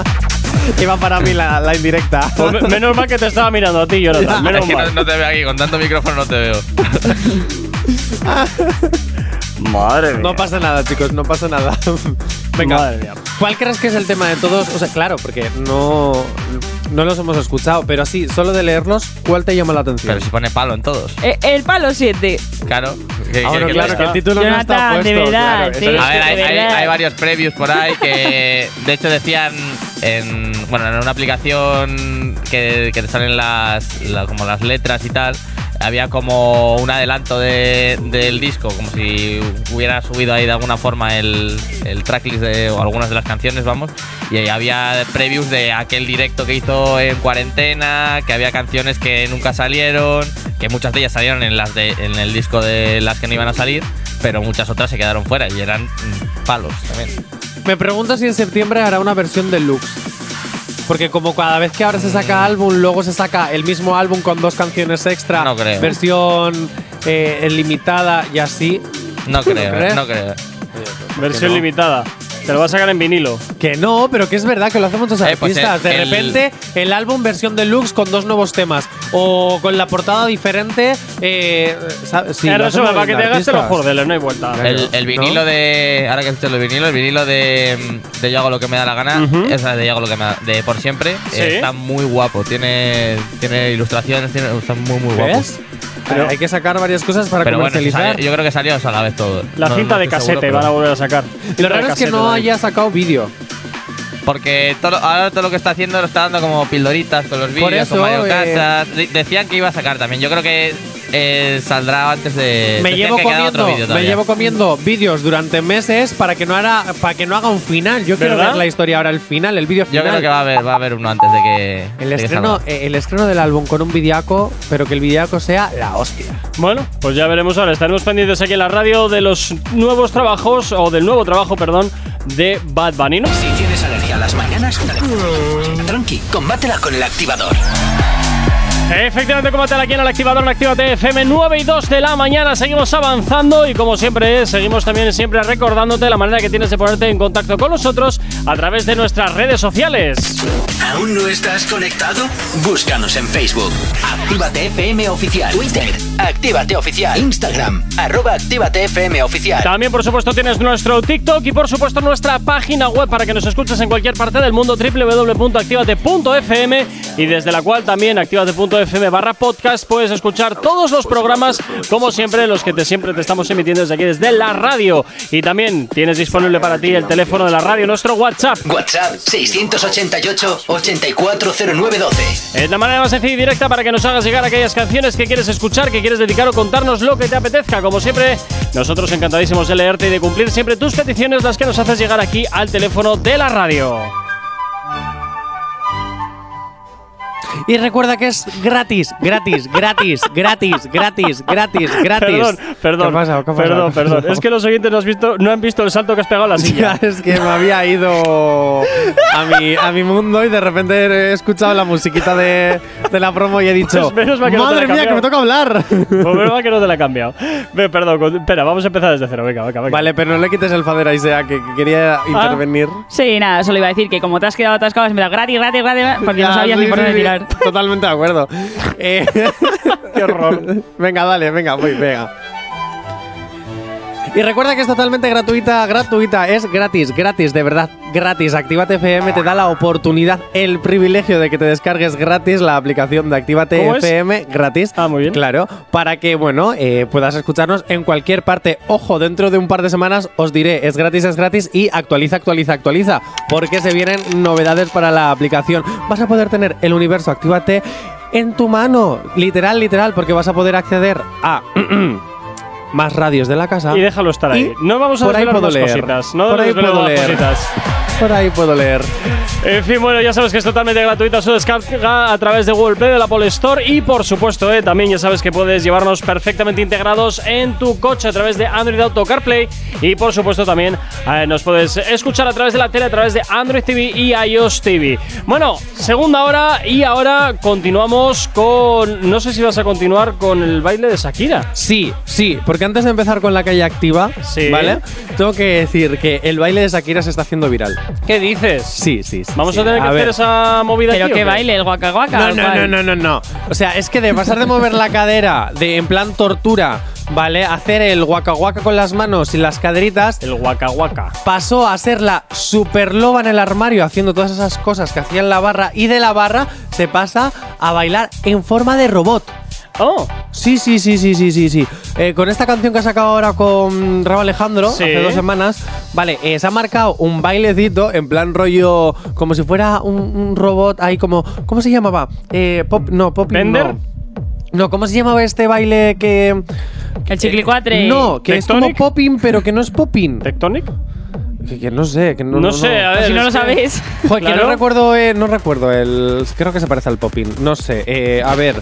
Speaker 4: Iba para mí la, la indirecta.
Speaker 2: (laughs) Pues me- menos mal que te estaba mirando a ti,
Speaker 5: (laughs)
Speaker 2: Jonathan.
Speaker 5: Es
Speaker 2: Menos
Speaker 5: que no,
Speaker 2: mal.
Speaker 5: no te veo aquí, con tanto micrófono no te veo.
Speaker 2: Madre mía.
Speaker 4: No pasa nada, chicos, no pasa nada. (laughs) Venga.
Speaker 2: Madre mía.
Speaker 4: ¿Cuál crees que es el tema de todos? O sea, claro, porque no, no los hemos escuchado, pero así, solo de leerlos, ¿cuál te llama la atención?
Speaker 5: Pero si pone palo en todos.
Speaker 3: Eh, el palo 7.
Speaker 5: Claro. ¿qué- qué-
Speaker 4: Ah, bueno,
Speaker 5: qué
Speaker 4: claro,
Speaker 5: pasa?
Speaker 4: que el título no está
Speaker 3: Jonathan,
Speaker 4: puesto.
Speaker 3: de verdad,
Speaker 4: claro,
Speaker 3: sí.
Speaker 4: eso no-
Speaker 5: A ver,
Speaker 3: es que
Speaker 5: hay,
Speaker 3: de
Speaker 5: hay-
Speaker 3: verdad.
Speaker 5: hay varios previews por ahí que de hecho decían en bueno en una aplicación que, que te salen las la- como las letras y tal había como un adelanto de- del disco como si hubiera subido ahí de alguna forma el, el tracklist de, o algunas de las canciones vamos y ahí había previews de aquel directo que hizo en cuarentena que había canciones que nunca salieron que muchas de ellas salieron en las de, en el disco de las que no iban a salir pero muchas otras se quedaron fuera y eran mm, palos también.
Speaker 4: Me pregunto si en septiembre hará una versión deluxe. Porque como cada vez que ahora se saca álbum, luego se saca el mismo álbum con dos canciones extra,
Speaker 5: No creo.
Speaker 4: versión eh, limitada y así.
Speaker 5: No creo,
Speaker 4: crees?
Speaker 5: no creo.
Speaker 2: Versión
Speaker 4: no?
Speaker 2: limitada. Te lo va a sacar en vinilo.
Speaker 4: Que no, pero que es verdad que lo hacen muchos
Speaker 5: Eh, pues
Speaker 4: artistas.
Speaker 5: el-
Speaker 4: de
Speaker 5: el-
Speaker 4: repente, el álbum versión deluxe con dos nuevos temas. O con la portada diferente. Eh, ¿sabes? Sí,
Speaker 2: Eh,
Speaker 4: lo hacen
Speaker 2: resumen, para
Speaker 4: varios
Speaker 2: que te hagas te lo
Speaker 4: artistas.
Speaker 2: jordeles, no hay vuelta.
Speaker 4: Claro.
Speaker 5: El, el vinilo
Speaker 4: ¿No?
Speaker 5: de. Ahora que escuchas los vinilos, el vinilo de. mm, De Yo hago lo que me da la gana.
Speaker 2: Ujú.
Speaker 5: Esa de Yo hago lo que me da. De por siempre.
Speaker 2: Sí.
Speaker 5: eh, está muy guapo. Tiene, tiene ilustraciones, tiene, está muy, muy guapo.
Speaker 4: ¿Ves?
Speaker 2: ¿eh?
Speaker 4: Pero hay que sacar varias cosas para
Speaker 5: Pero bueno,
Speaker 4: comercializar.
Speaker 5: salió- yo creo que salió a la vez todo.
Speaker 2: La
Speaker 5: No-
Speaker 2: cinta
Speaker 5: no
Speaker 2: de
Speaker 5: estoy
Speaker 2: casete
Speaker 5: seguro,
Speaker 2: van a
Speaker 5: pero-
Speaker 2: volver a sacar.
Speaker 4: lo raro es que no haya sacado vídeo.
Speaker 5: Porque todo, lo- ahora todo lo que está haciendo lo está dando como pildoritas con los vídeos,
Speaker 4: eso,
Speaker 5: con Mario
Speaker 4: eh,
Speaker 5: Casas. De- Decían que iba a sacar también. Yo creo que eh, saldrá antes de.
Speaker 4: me
Speaker 5: decían
Speaker 4: llevo
Speaker 5: que queda otro
Speaker 4: comiendo,
Speaker 5: vídeo
Speaker 4: me
Speaker 5: todavía.
Speaker 4: llevo comiendo vídeos durante meses para que no haga, para que no haga un final. Yo quiero
Speaker 2: ¿Verdad?
Speaker 4: ver la historia ahora, el final, el vídeo
Speaker 5: Yo
Speaker 4: final.
Speaker 5: creo que va a haber, va a haber uno antes de que.
Speaker 4: el
Speaker 5: de que
Speaker 4: estreno,
Speaker 5: salga.
Speaker 4: eh, el estreno del álbum con un vidiaco, pero que el vidiaco sea la hostia.
Speaker 2: Bueno, pues ya veremos ahora. Estaremos pendientes aquí en la radio de los nuevos trabajos, o del nuevo trabajo, perdón, de Bad Bunny. ¿no?
Speaker 1: Si tienes alergia a las mañanas, tranqui, combátela con el activador.
Speaker 2: Efectivamente, como tal aquí en el activador en Actívate FM 9 y 2 de la mañana. Seguimos avanzando y como siempre, eh, seguimos también siempre recordándote la manera que tienes de ponerte en contacto con nosotros a través de nuestras redes sociales.
Speaker 1: ¿Aún no estás conectado? Búscanos en Facebook. Actívate FM Oficial. Twitter. Actívate Oficial. Instagram. Arroba Actívate FM Oficial.
Speaker 2: También, por supuesto, tienes nuestro TikTok y, por supuesto, nuestra página web para que nos escuches en cualquier parte del mundo, www.activate.fm y desde la cual también activate.fm barra podcast puedes escuchar todos los programas, como siempre, los que te, siempre te estamos emitiendo desde aquí, desde la radio. Y también tienes disponible para ti el teléfono de la radio, nuestro WhatsApp.
Speaker 1: WhatsApp 688 840912.
Speaker 2: Es la manera más sencilla y directa para que nos hagas llegar aquellas canciones que quieres escuchar, que quieres dedicar o contarnos lo que te apetezca. Como siempre, nosotros encantadísimos de leerte y de cumplir siempre tus peticiones, las que nos haces llegar aquí al teléfono de la radio.
Speaker 4: (laughs) Y recuerda que es gratis, gratis, gratis, gratis, gratis, gratis, gratis.
Speaker 2: (laughs) Perdón, perdón.
Speaker 4: ¿Qué ha pasado? ¿Qué ha pasado? (laughs)
Speaker 2: Perdón, perdón. Es que los oyentes no, has visto, no han visto el salto que has pegado a la
Speaker 4: Ya,
Speaker 2: silla.
Speaker 4: es que me había ido a mi, a mi mundo y de repente he escuchado la musiquita de, de la promo y he dicho,
Speaker 2: Pues menos mal que no te
Speaker 4: madre
Speaker 2: la he
Speaker 4: mía, que
Speaker 2: cambiado".
Speaker 4: me toca hablar.
Speaker 2: (laughs) Pues menos mal que no te la he cambiado. Ve, Perdón, con- espera, vamos a empezar desde cero. Venga, venga, venga.
Speaker 4: Vale, pero no le quites el fader a Isea, que, que quería intervenir.
Speaker 3: Sí, nada, solo iba a decir que como te has quedado atascado, has mirado gratis, gratis, gratis, porque no
Speaker 4: Ya,
Speaker 3: sabías
Speaker 4: sí,
Speaker 3: ni por
Speaker 4: sí,
Speaker 3: dónde
Speaker 4: sí,
Speaker 3: tirar.
Speaker 4: Totalmente de acuerdo. Eh,
Speaker 2: Qué horror.
Speaker 4: (laughs) venga, dale, venga, voy, venga. Y recuerda que es totalmente gratuita, gratuita, es gratis, gratis, de verdad, gratis. Actívate FM te da la oportunidad, el privilegio de que te descargues gratis la aplicación de Actívate
Speaker 2: ¿Cómo es?
Speaker 4: FM gratis.
Speaker 2: Ah, muy bien.
Speaker 4: Claro, para que, bueno, eh, puedas escucharnos en cualquier parte. Ojo, dentro de un par de semanas os diré, es gratis, es gratis y actualiza, actualiza, actualiza, porque se vienen novedades para la aplicación. Vas a poder tener el universo, actívate en tu mano, literal, literal, porque vas a poder acceder a (clears throat) más radios de la casa.
Speaker 2: Y déjalo estar ahí.
Speaker 4: Ah. Y
Speaker 2: No vamos a
Speaker 4: por ahí
Speaker 2: desvelar
Speaker 4: puedo
Speaker 2: más
Speaker 4: leer.
Speaker 2: cositas. No
Speaker 4: Por ahí
Speaker 2: desvelemos
Speaker 4: puedo
Speaker 2: más
Speaker 4: leer.
Speaker 2: cositas.
Speaker 4: Por ahí puedo leer.
Speaker 2: En fin, bueno, ya sabes que es totalmente gratuita su descarga a través de Google Play, de la Apple Store y, por supuesto, eh, también ya sabes que puedes llevarnos perfectamente integrados en tu coche a través de Android Auto CarPlay y, por supuesto, también eh, nos puedes escuchar a través de la tele, a través de Android TV y iOS TV. Bueno, segunda hora y ahora continuamos con... No sé si vas a continuar con el baile de Shakira.
Speaker 4: Sí, sí, porque antes de empezar con la calle activa,
Speaker 2: Sí.
Speaker 4: ¿vale? Tengo que decir que el baile de Shakira se está haciendo viral.
Speaker 2: ¿Qué dices?
Speaker 4: Sí, sí, sí.
Speaker 2: Vamos
Speaker 4: sí.
Speaker 2: a tener que hacer
Speaker 4: ver.
Speaker 2: esa movida
Speaker 3: Pero
Speaker 2: aquí, ¿o
Speaker 3: que
Speaker 2: qué?
Speaker 3: baile, el guaca guaca.
Speaker 4: No,
Speaker 3: ¿o
Speaker 4: no, no,
Speaker 3: cuál?
Speaker 4: no, no, no. O sea, es que de pasar de mover la cadera de en plan tortura, ¿vale? Hacer el guaca guaca con las manos y las caderitas,
Speaker 2: El guaca guaca.
Speaker 4: pasó a ser la superloba en el armario haciendo todas esas cosas que hacía en la barra y de la barra se pasa a bailar en forma de robot.
Speaker 2: Oh,
Speaker 4: Sí, sí, sí, sí, sí, sí, sí. Eh, con esta canción que ha sacado ahora con Raúl Alejandro
Speaker 2: Sí.
Speaker 4: hace dos semanas, vale, eh, se ha marcado un bailecito en plan rollo como si fuera un, un robot ahí como ¿cómo se llamaba? Eh, pop, no, pop.
Speaker 2: ¿Bender?
Speaker 4: No. No, ¿cómo se llamaba este baile que
Speaker 3: El chiclicuatre.
Speaker 4: no, que es
Speaker 2: ¿Tectonic?
Speaker 4: como popping, pero que no es popping.
Speaker 2: ¿Tectonic?
Speaker 4: Que, que no sé, que no.
Speaker 2: No, sé, a
Speaker 3: Pues
Speaker 2: ver.
Speaker 3: si no
Speaker 2: es que-
Speaker 3: lo sabéis.
Speaker 4: Joder, que
Speaker 2: Claro.
Speaker 4: no recuerdo, eh, no recuerdo el. Creo que se parece al Popin. No sé. eh, a ver.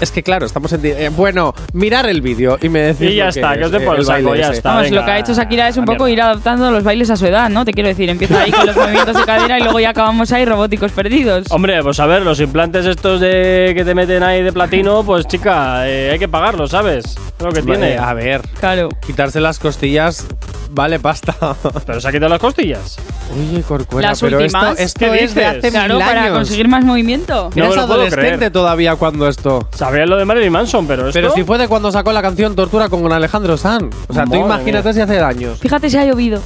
Speaker 4: Es que claro, estamos en. di- eh, bueno, mirar el vídeo y me decís.
Speaker 2: Y ya
Speaker 4: lo
Speaker 2: está, que
Speaker 4: es,
Speaker 2: os dé
Speaker 4: eh,
Speaker 2: por el saco,
Speaker 4: baile
Speaker 2: ya
Speaker 4: ese.
Speaker 2: está.
Speaker 3: Vamos,
Speaker 2: venga,
Speaker 3: lo que ha hecho Shakira es un
Speaker 2: la
Speaker 3: poco ir
Speaker 2: mierda.
Speaker 3: adaptando los bailes a su edad, ¿no? Te quiero decir, empieza ahí
Speaker 4: (laughs)
Speaker 3: con los movimientos de cadera y luego ya acabamos ahí robóticos perdidos.
Speaker 2: Hombre, pues a ver, los implantes estos de que te meten ahí de platino, pues chica, eh, hay que pagarlos, ¿sabes? Lo que tiene.
Speaker 4: Eh, a ver,
Speaker 3: Claro.
Speaker 4: quitarse las costillas vale pasta. (laughs)
Speaker 2: Pero se ha quitado las costillas.
Speaker 4: Oye, Corcuera,
Speaker 3: Las
Speaker 4: pero esto,
Speaker 3: últimas.
Speaker 4: esto
Speaker 2: ¿Qué
Speaker 4: es de
Speaker 2: dices?
Speaker 4: hace
Speaker 3: Claro,
Speaker 4: mil
Speaker 3: para
Speaker 4: años.
Speaker 3: conseguir más movimiento.
Speaker 2: No
Speaker 4: Eres
Speaker 2: me lo puedo
Speaker 4: adolescente
Speaker 2: creer.
Speaker 4: todavía cuando esto.
Speaker 2: Sabía lo de Marilyn Manson, pero esto.
Speaker 4: Pero si fue de cuando sacó la canción Tortura con Alejandro San. O sea,
Speaker 2: Madre
Speaker 4: tú imagínate
Speaker 2: mía.
Speaker 4: si hace años.
Speaker 3: Fíjate si ha llovido.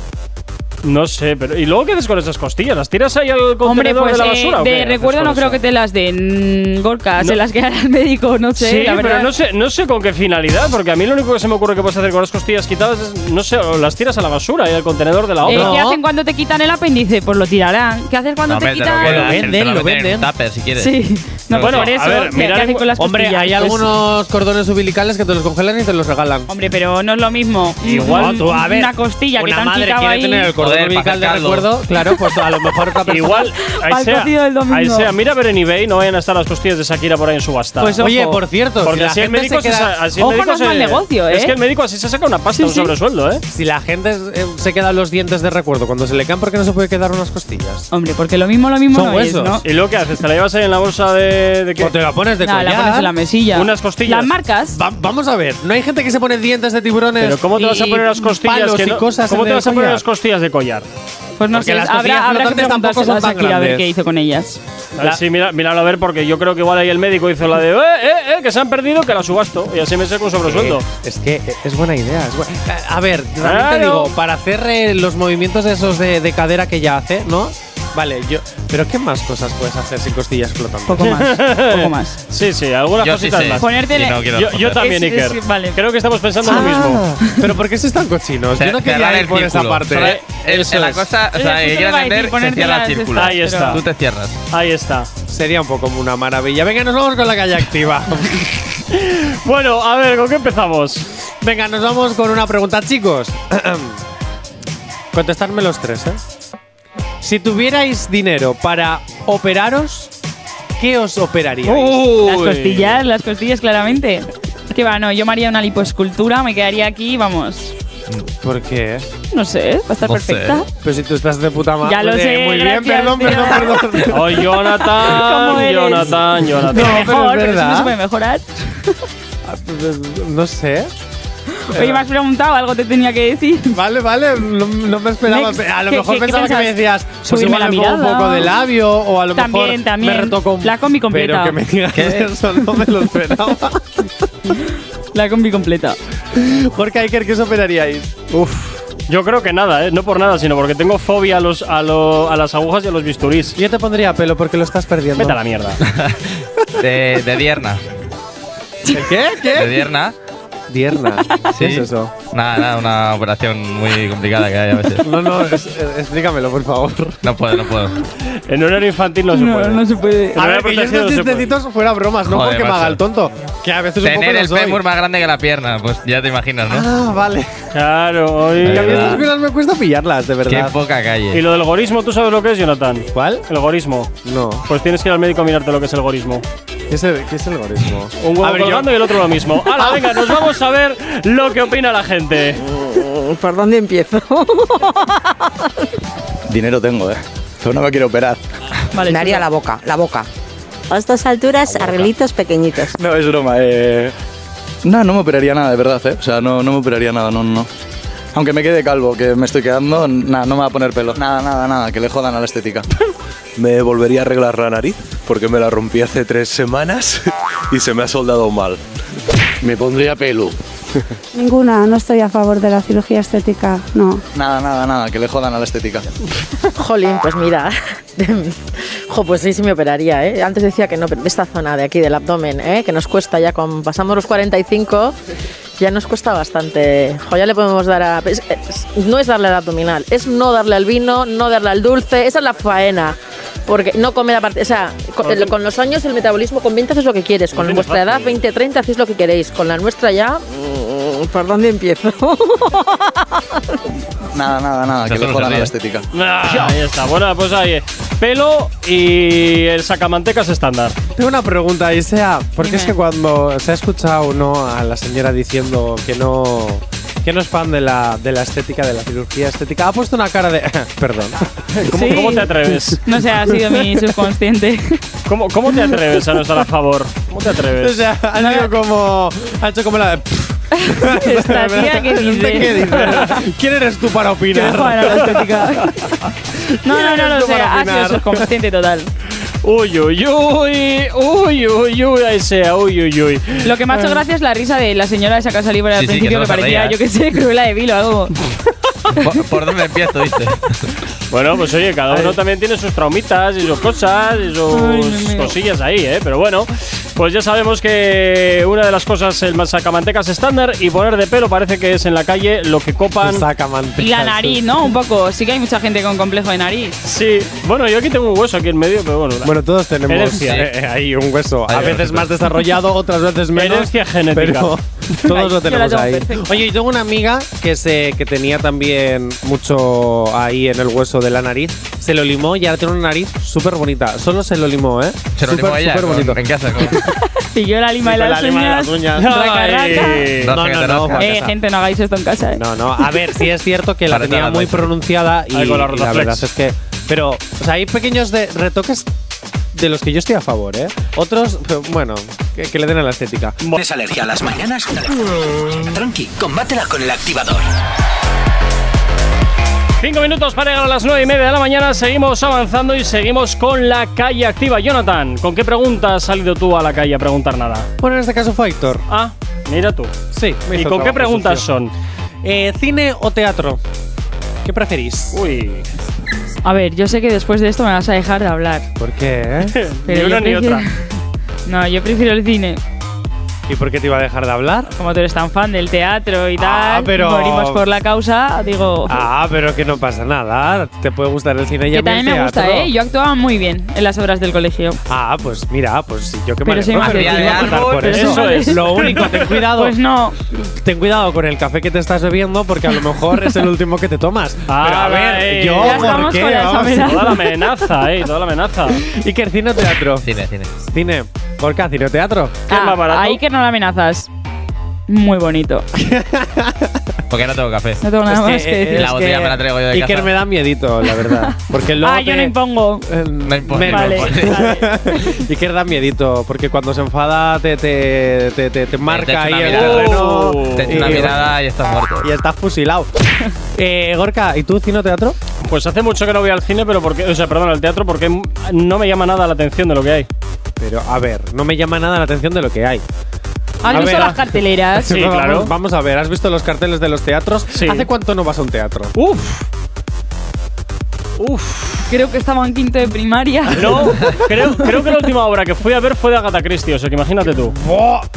Speaker 2: No sé, pero. ¿Y luego qué haces con esas costillas? ¿Las tiras ahí al contenedor
Speaker 3: Hombre, pues
Speaker 2: de la
Speaker 3: eh,
Speaker 2: basura? o qué
Speaker 3: de
Speaker 2: haces
Speaker 3: recuerdo
Speaker 2: con
Speaker 3: no creo
Speaker 2: eso?
Speaker 3: que te las den, Gorka. Se
Speaker 2: No.
Speaker 3: las quedará el médico, no sé.
Speaker 2: Sí,
Speaker 3: la verdad.
Speaker 2: pero no sé, no sé con qué finalidad, porque a mí lo único que se me ocurre que puedes hacer con las costillas quitadas es, no sé, o las tiras a la basura y al contenedor de la
Speaker 3: Eh,
Speaker 2: otra.
Speaker 4: No.
Speaker 3: ¿Qué hacen cuando te quitan el apéndice? Pues lo tirarán. ¿Qué hacen cuando
Speaker 5: No,
Speaker 3: te
Speaker 5: hombre, lo
Speaker 3: quitan?
Speaker 5: quedas,
Speaker 4: Lo
Speaker 5: te
Speaker 4: venden, lo
Speaker 5: meten en un
Speaker 4: venden.
Speaker 5: tupper, si
Speaker 3: (laughs)
Speaker 5: quieres.
Speaker 3: Sí. No,
Speaker 2: Bueno,
Speaker 3: pues por eso.
Speaker 2: a ver,
Speaker 3: ¿qué-
Speaker 2: mirad
Speaker 3: ¿qué
Speaker 2: en-
Speaker 3: hacen con las
Speaker 4: Hombre,
Speaker 3: costillas?
Speaker 4: hay
Speaker 3: Pues-
Speaker 4: algunos cordones umbilicales que te los congelan y te los regalan.
Speaker 3: Hombre, pero no es lo mismo.
Speaker 2: Igual,
Speaker 3: Un-
Speaker 2: tú, a ver,
Speaker 3: una costilla que
Speaker 4: una
Speaker 3: te han
Speaker 4: madre
Speaker 3: quitado
Speaker 4: quiere
Speaker 3: ahí.
Speaker 4: tener el cordón
Speaker 5: Joder, para
Speaker 4: umbilical de
Speaker 5: sacarlo.
Speaker 4: recuerdo, claro, pues a lo
Speaker 2: (laughs)
Speaker 4: mejor otra persona-
Speaker 2: Igual, ahí
Speaker 3: Al
Speaker 2: sea,
Speaker 3: cocido del domingo.
Speaker 2: ahí sea, mira a ver en eBay, no vayan a estar las costillas de Shakira por ahí en subasta.
Speaker 3: Pues
Speaker 4: Oye,
Speaker 3: ojo.
Speaker 4: por cierto, si
Speaker 2: Porque
Speaker 4: la
Speaker 2: si el
Speaker 4: gente
Speaker 2: médico
Speaker 4: se
Speaker 2: se,
Speaker 4: queda,
Speaker 2: sa- así el
Speaker 3: Ojo,
Speaker 2: médico
Speaker 3: no es
Speaker 2: se-
Speaker 3: mal negocio,
Speaker 2: Es
Speaker 3: ¿eh?
Speaker 2: que el médico así se saca una pasta,
Speaker 3: Sí,
Speaker 2: un
Speaker 3: sí.
Speaker 2: sobresueldo, ¿eh?
Speaker 4: si la gente eh, se queda los dientes de recuerdo cuando se le caen porque no se puede quedar unas costillas.
Speaker 3: Hombre, porque lo mismo, lo mismo
Speaker 4: Son
Speaker 3: no
Speaker 4: huesos.
Speaker 3: es, ¿no?
Speaker 2: ¿Y luego qué haces? ¿Te la llevas ahí en la bolsa de, de qué?
Speaker 4: O te la pones de
Speaker 3: Nada, la
Speaker 4: collar.
Speaker 3: pones en la mesilla.
Speaker 2: Unas costillas.
Speaker 3: Las marcas.
Speaker 4: Va- vamos a ver, no hay gente que se pone dientes de tiburones.
Speaker 2: Pero ¿cómo te
Speaker 4: y-
Speaker 2: vas a poner las
Speaker 4: y
Speaker 2: costillas?
Speaker 4: palos
Speaker 2: que
Speaker 4: y
Speaker 2: no-
Speaker 4: cosas
Speaker 2: ¿Cómo
Speaker 4: en
Speaker 2: te
Speaker 4: el
Speaker 2: vas a poner
Speaker 4: collar?
Speaker 2: las costillas de collar?
Speaker 3: Pues no
Speaker 4: Porque
Speaker 3: sé,
Speaker 4: las costillas
Speaker 3: habrá, habrá que
Speaker 4: flotantes tampoco
Speaker 3: preguntárselo
Speaker 4: son
Speaker 3: a
Speaker 4: tan
Speaker 3: Shakira a ver
Speaker 4: grandes.
Speaker 3: qué hizo con ellas.
Speaker 2: A ver, Sí, mira, míralo a ver, porque yo creo que igual ahí el médico hizo la de, eh, eh, eh, que se han perdido, que la subasto. Y así me saco un sobresueldo.
Speaker 4: Eh, es que eh, es buena idea. es buena- Eh, A ver, también te
Speaker 2: Claro.
Speaker 4: digo, para hacer eh, los movimientos esos de, de cadera que ya hace, ¿no? Vale, yo. Pero ¿qué más cosas puedes hacer sin costillas flotantes?
Speaker 3: Poco más, poco más.
Speaker 2: (laughs)
Speaker 4: (laughs)
Speaker 2: Sí, sí, algunas
Speaker 5: Yo sí
Speaker 2: cositas
Speaker 5: sé.
Speaker 2: más.
Speaker 3: Ponerte
Speaker 5: Y
Speaker 3: la-
Speaker 5: no quiero
Speaker 2: Yo, yo
Speaker 5: responder.
Speaker 2: también,
Speaker 3: Es- es-
Speaker 2: Iker.
Speaker 3: vale. Ah.
Speaker 2: Creo que estamos pensando lo mismo.
Speaker 4: Pero ¿por qué sois tan cochinos? Yo
Speaker 5: Cer-
Speaker 4: no
Speaker 5: cerrar
Speaker 4: quería ir
Speaker 5: el
Speaker 4: por esa
Speaker 5: círculo.
Speaker 4: parte.
Speaker 5: Cerrar-
Speaker 4: ¿eh?
Speaker 5: el-
Speaker 4: Eso
Speaker 5: la
Speaker 4: es.
Speaker 5: cosa, o
Speaker 3: Oye,
Speaker 5: sea,
Speaker 3: justo
Speaker 5: ella
Speaker 3: lo iba a decir,
Speaker 5: entender, se cierra el
Speaker 3: ponértelas
Speaker 5: círculo.
Speaker 2: estas, Ahí está.
Speaker 5: Tú te cierras. (laughs)
Speaker 2: Ahí está.
Speaker 4: Sería un poco como una maravilla. Venga, nos vamos con la calle
Speaker 5: (laughs)
Speaker 4: activa.
Speaker 2: Bueno, a ver, ¿con qué empezamos?
Speaker 4: Venga, nos vamos con una pregunta, chicos. (clears throat) Contestadme los tres, ¿eh? Si tuvierais dinero para operaros, ¿qué os operaríais?
Speaker 3: Las costillas, las costillas, claramente. Que va, no, yo me haría una lipoescultura, me quedaría aquí, vamos.
Speaker 4: ¿Por qué?
Speaker 3: No sé, va a estar
Speaker 5: No sé.
Speaker 3: perfecta.
Speaker 4: Pero si tú estás de puta madre.
Speaker 3: Ya lo sé,
Speaker 4: Muy bien,
Speaker 3: gracias,
Speaker 4: perdón,
Speaker 3: tío.
Speaker 4: perdón, perdón.
Speaker 2: Oh,
Speaker 3: (laughs) ¿Cómo
Speaker 2: Jonathan,
Speaker 3: eres?
Speaker 2: Jonathan, Jonathan.
Speaker 4: No, pero
Speaker 3: Mejor,
Speaker 4: es
Speaker 3: pero, eso
Speaker 4: verdad.
Speaker 3: no se puede mejorar.
Speaker 4: no sé.
Speaker 3: Oye, me has preguntado, algo te tenía que decir. (laughs)
Speaker 4: Vale, vale, no, no me esperaba.
Speaker 3: Next.
Speaker 4: A lo
Speaker 3: ¿Qué-
Speaker 4: mejor
Speaker 3: qué- qué
Speaker 4: pensaba que me
Speaker 3: pensabas?
Speaker 4: decías, pues
Speaker 3: Subirme
Speaker 4: igual
Speaker 3: la
Speaker 4: me pongo un
Speaker 3: mirada.
Speaker 4: poco de labio o a lo
Speaker 3: También,
Speaker 4: mejor
Speaker 3: también.
Speaker 4: me retoco un
Speaker 3: La combi completa.
Speaker 4: Pero que me digas
Speaker 5: ¿Qué?
Speaker 4: eso no me lo esperaba.
Speaker 3: La combi completa.
Speaker 4: Jorge Iker, ¿qué os operaríais?
Speaker 2: Uf. Yo creo que nada, ¿eh? no por nada, sino porque tengo fobia a, los, a, lo- a las agujas y a los bisturís.
Speaker 4: Yo te pondría pelo porque lo estás perdiendo.
Speaker 2: Vete a la mierda.
Speaker 5: De, de dierna.
Speaker 4: ¿El ¿Qué?
Speaker 5: De
Speaker 4: ¿Qué? (laughs)
Speaker 5: dierna.
Speaker 4: Dierna.
Speaker 5: Sí.
Speaker 4: ¿Qué es eso?
Speaker 5: Nada, nada, una operación muy complicada que hay a veces.
Speaker 4: No, no, es- eh, explícamelo, por favor.
Speaker 5: No puedo,
Speaker 4: (laughs)
Speaker 5: no puedo.
Speaker 2: En horario infantil no se puede.
Speaker 3: no se puede.
Speaker 2: Ah,
Speaker 4: A
Speaker 2: Pero
Speaker 4: ver,
Speaker 2: voy
Speaker 4: que
Speaker 2: a
Speaker 4: yo
Speaker 2: proteger,
Speaker 4: estos
Speaker 2: no se puede.
Speaker 4: chistecitos fuera bromas, no
Speaker 5: Joder,
Speaker 4: porque me
Speaker 5: macho.
Speaker 4: haga el tonto. Que a veces un poco
Speaker 5: Tener
Speaker 4: lo
Speaker 5: el
Speaker 4: soy.
Speaker 5: fémur más grande que la pierna, pues ya te imaginas, ¿no?
Speaker 4: Ah, vale.
Speaker 2: Claro, hoy.
Speaker 4: Que a mí
Speaker 5: verdad.
Speaker 4: estas cosas me cuesta pillarlas, de
Speaker 5: Qué
Speaker 4: verdad.
Speaker 5: poca
Speaker 2: ¿Y
Speaker 5: calle.
Speaker 2: lo del gorismo, tú sabes lo que es, Jonathan?
Speaker 4: ¿Cuál?
Speaker 2: El gorismo.
Speaker 4: No.
Speaker 2: Pues tienes que ir al médico a mirarte lo que es el gorismo.
Speaker 4: ¿Qué es el, qué es el algoritmo?
Speaker 2: Un
Speaker 4: A
Speaker 2: huevo
Speaker 4: ver, yo-
Speaker 2: colgando y el otro lo
Speaker 4: (laughs)
Speaker 2: mismo. ¡Hala, venga, nos vamos a ver lo que opina la gente!
Speaker 8: ¿Por dónde empiezo?
Speaker 9: Dinero tengo, ¿eh? Pero no me quiero operar.
Speaker 3: Vale,
Speaker 8: Me haría
Speaker 3: chulo.
Speaker 8: la boca, la boca.
Speaker 10: A estas alturas, arreglitos pequeñitos.
Speaker 9: No, es broma. Eh... No, no me operaría nada, de verdad, ¿eh? O sea, no, no me operaría nada, no, no, no. Aunque me quede calvo, que me estoy quedando, nada, no me va a poner pelo. Nada, nada, nada, que le jodan a la estética.
Speaker 11: Me volvería a arreglar la nariz porque me la rompí hace tres semanas y se me ha soldado mal.
Speaker 9: Me pondría pelo.
Speaker 10: Ninguna, no estoy a favor de la cirugía estética, no.
Speaker 9: Nada, nada, nada, que le jodan a la estética.
Speaker 10: Jolín, pues mira. Jo, pues sí, sí me operaría, ¿eh? Antes decía que no, pero esta zona de aquí del abdomen, ¿eh? Que nos cuesta ya con. Pasamos los 45, ya nos cuesta bastante. Jo, ya le podemos dar a. es- es- no es darle al abdominal, es no darle al vino, no darle al dulce, esa es la faena. Porque no comer aparte, o sea, co- con, los años el metabolismo con 20 haces lo que quieres, con
Speaker 2: tienes
Speaker 10: vuestra edad
Speaker 2: fácil.
Speaker 10: 20, 30 hacéis lo que queréis, con la nuestra ya mm,
Speaker 8: ¿Por dónde
Speaker 10: (laughs)
Speaker 8: empiezo?
Speaker 9: Nada, nada, nada, que
Speaker 5: Eso
Speaker 9: le
Speaker 5: no
Speaker 9: jodan a
Speaker 5: sabía.
Speaker 9: la estética.
Speaker 2: Ah, ahí está. Bueno, pues ahí. eh. Pelo y el sacamantecas estándar.
Speaker 4: Tengo una pregunta, Isea. Porque
Speaker 3: Dime.
Speaker 4: es que cuando se ha escuchado ¿no? a la señora diciendo que no, que no es fan de la, de la estética, de la cirugía estética, ha puesto una cara de. (laughs) Perdón.
Speaker 2: (laughs) ¿Cómo,
Speaker 3: Sí.
Speaker 2: cómo te atreves?
Speaker 3: No sé, ha sido mi
Speaker 4: (laughs)
Speaker 3: subconsciente.
Speaker 2: ¿Cómo, cómo te atreves a no estar a favor? ¿Cómo te
Speaker 4: O
Speaker 5: Pues
Speaker 2: atreves?
Speaker 4: sea, ha sido como. Ha hecho como la de. (laughs)
Speaker 3: Esta tía que dice.
Speaker 4: ¿Usted
Speaker 3: (laughs)
Speaker 4: qué dice? ¿Quién eres tú para
Speaker 3: Que
Speaker 4: opinar?
Speaker 3: juegan a la
Speaker 4: (laughs)
Speaker 3: estética. No, no, no, no,
Speaker 4: eres
Speaker 3: o
Speaker 4: tú
Speaker 3: sea,
Speaker 4: para
Speaker 3: ha sido
Speaker 4: opinar?
Speaker 3: subconsciente total.
Speaker 2: Uy, uy, uy, uy, uy, uy, ahí sea, uy, uy, uy.
Speaker 3: Lo que me ha hecho gracia es la risa de la señora esa que ha salido por al
Speaker 5: Sí, sí, que
Speaker 3: principio
Speaker 5: no
Speaker 3: que
Speaker 5: se
Speaker 3: parecía,
Speaker 5: reía.
Speaker 3: yo que sé, Cruella de Vil o
Speaker 5: (laughs)
Speaker 3: algo.
Speaker 5: (laughs) ¿Por, por dónde empiezo,
Speaker 4: (laughs)
Speaker 5: viste?
Speaker 2: Bueno, pues oye, cada uno también tiene sus traumitas y sus cosas y sus
Speaker 3: Ay, Dios mío.
Speaker 2: cosillas ahí, ¿eh? Pero bueno, pues ya sabemos que una de las cosas, el sacamantecas estándar y poner de pelo parece que es en la calle lo que copan.
Speaker 4: Saca manteca.
Speaker 3: Y la nariz, ¿no? Un poco. Sí que hay mucha gente con complejo de nariz.
Speaker 2: Sí, bueno, yo aquí tengo un hueso aquí en medio, pero bueno. la-
Speaker 4: Bueno, todos tenemos
Speaker 2: Herencia.
Speaker 4: eh, eh, ahí un hueso. A
Speaker 5: Ahí,
Speaker 4: veces
Speaker 5: perfecto.
Speaker 4: más desarrollado, otras veces menos.
Speaker 2: Herencia genética.
Speaker 5: (laughs)
Speaker 4: Pero
Speaker 3: Ay,
Speaker 4: todos
Speaker 3: yo
Speaker 4: lo tenemos
Speaker 3: la tengo
Speaker 4: ahí.
Speaker 3: perfecta.
Speaker 4: Oye, yo tengo una amiga que, se, que tenía también mucho ahí en el hueso de la nariz. Se lo limó y ahora tiene una nariz súper bonita. Solo se lo limó, ¿eh?
Speaker 5: Se lo
Speaker 4: Súper,
Speaker 5: limó ella.
Speaker 4: súper
Speaker 5: con-
Speaker 4: bonito.
Speaker 5: ¿En qué hace? Con-
Speaker 3: Y yo la lima
Speaker 4: Sí,
Speaker 3: de
Speaker 4: con
Speaker 3: las
Speaker 4: la lima de
Speaker 3: uñas.
Speaker 4: las uñas.
Speaker 3: raca, raca.
Speaker 2: Ay.
Speaker 5: No,
Speaker 4: No,
Speaker 5: que
Speaker 4: no,
Speaker 5: te
Speaker 4: no,
Speaker 5: rasca.
Speaker 4: Raca,
Speaker 3: Eh,
Speaker 4: raca.
Speaker 3: gente, no hagáis esto en casa, eh.
Speaker 4: No, no. A ver, sí es cierto que la
Speaker 5: Parece
Speaker 4: tenía
Speaker 5: una
Speaker 4: muy
Speaker 5: leche.
Speaker 4: pronunciada y,
Speaker 2: Ahí con la
Speaker 4: y la
Speaker 2: rotaflex.
Speaker 4: verdad es que. Pero, o sea, hay pequeños de- retoques de los que yo estoy a favor, ¿eh? Otros, pero, bueno, que, que le den a la estética.
Speaker 1: ¿Tienes alergia a las mañanas? Tranqui, combátela con el activador.
Speaker 2: Cinco minutos para llegar a las nueve y media de la mañana. Seguimos avanzando y seguimos con la calle activa. Jonathan, ¿con qué pregunta has salido tú a la calle a preguntar nada?
Speaker 4: Bueno, en este caso fue Héctor.
Speaker 2: Ah, mira tú.
Speaker 4: Sí. me
Speaker 2: ¿Y
Speaker 4: hizo
Speaker 2: con qué
Speaker 4: trabajo
Speaker 2: preguntas
Speaker 4: sucio.
Speaker 2: son?
Speaker 4: Eh, ¿Cine o teatro? ¿Qué preferís?
Speaker 2: Uy,
Speaker 3: A ver, yo sé que después de esto me vas a dejar de hablar.
Speaker 4: ¿Por qué? eh?
Speaker 3: Pero
Speaker 2: ni
Speaker 3: yo
Speaker 2: una ni
Speaker 3: prefiero-
Speaker 2: otra.
Speaker 3: (laughs) No, yo prefiero el cine.
Speaker 4: (laughs) ¿Y por qué te iba a dejar de hablar?
Speaker 3: Como tú eres tan fan del teatro y
Speaker 4: Ah,
Speaker 3: tal,
Speaker 4: pero-
Speaker 3: morimos por la causa, digo.
Speaker 4: Ah, pero que no pasa nada. Te puede gustar el cine y
Speaker 3: que
Speaker 4: a mí el
Speaker 3: también me gusta,
Speaker 4: teatro.
Speaker 3: ¿eh? Yo actuaba muy bien en las obras del colegio.
Speaker 4: Ah, pues mira, pues sí, yo que
Speaker 3: Pero
Speaker 4: me
Speaker 3: soy
Speaker 4: alegro,
Speaker 3: más
Speaker 4: pero
Speaker 5: de
Speaker 4: te iba a
Speaker 5: teatro,
Speaker 4: cortar por
Speaker 3: pero
Speaker 4: eso. ¿eh?
Speaker 2: soy más
Speaker 3: (laughs)
Speaker 2: de-
Speaker 4: Lo único, ten cuidado.
Speaker 3: Pues no,
Speaker 4: Ten cuidado con el café que te estás bebiendo porque a lo mejor es el último que te tomas.
Speaker 2: Ah,
Speaker 4: Pero a
Speaker 2: vale.
Speaker 4: ver, yo
Speaker 2: Ya
Speaker 4: por
Speaker 3: estamos
Speaker 4: qué
Speaker 3: con la
Speaker 4: Vamos. (laughs)
Speaker 3: examen.
Speaker 2: toda la amenaza, eh, toda la amenaza.
Speaker 4: Iker, cine o teatro.
Speaker 5: Cine, cine.
Speaker 4: Cine. ¿Por qué? ¿Cine o teatro?
Speaker 2: ¿Qué es
Speaker 3: Ah,
Speaker 2: más barato?
Speaker 3: ahí que no la amenazas. Muy bonito.
Speaker 5: Porque no tengo café.
Speaker 3: No tengo nada
Speaker 4: Es
Speaker 3: más que
Speaker 4: eh,
Speaker 3: decir.
Speaker 4: es
Speaker 5: La botella me la traigo yo de
Speaker 4: Iker
Speaker 5: casa.
Speaker 4: me da miedito, la verdad. Porque
Speaker 3: (laughs)
Speaker 4: luego
Speaker 3: ah, yo
Speaker 4: te-
Speaker 3: no impongo.
Speaker 4: Eh,
Speaker 5: No importa.
Speaker 4: me-
Speaker 3: Vale.
Speaker 4: (laughs) Iker da miedito, porque cuando se enfada te, te, te, te- te marca
Speaker 5: echa
Speaker 4: ahí
Speaker 5: Eh, una
Speaker 4: el
Speaker 5: mirada. Uh,
Speaker 4: terreno.
Speaker 5: Te echo una
Speaker 4: y-
Speaker 5: mirada y estás muerto.
Speaker 4: Y
Speaker 3: (laughs)
Speaker 4: estás fusilado. eh, Gorka, ¿y tú cine o teatro?
Speaker 2: Pues hace mucho que no voy al cine, pero porque, o sea, perdón, al teatro porque no me llama nada la atención de lo que hay.
Speaker 4: Pero a ver, no me llama nada la atención de lo que hay.
Speaker 3: ¿Han
Speaker 4: A
Speaker 3: visto
Speaker 4: ver,
Speaker 3: Ah,
Speaker 4: ah.
Speaker 3: las
Speaker 4: (laughs)
Speaker 3: carteleras?
Speaker 4: Vamos- Vamos a ver, ¿has visto los carteles de los teatros? ¿Hace cuánto no vas a un teatro?
Speaker 2: Uf.
Speaker 3: Uf. Creo que estaba en quinto de primaria.
Speaker 2: No, creo, creo que la última obra que fui a ver fue de Agatha Christie, o sea que imagínate tú.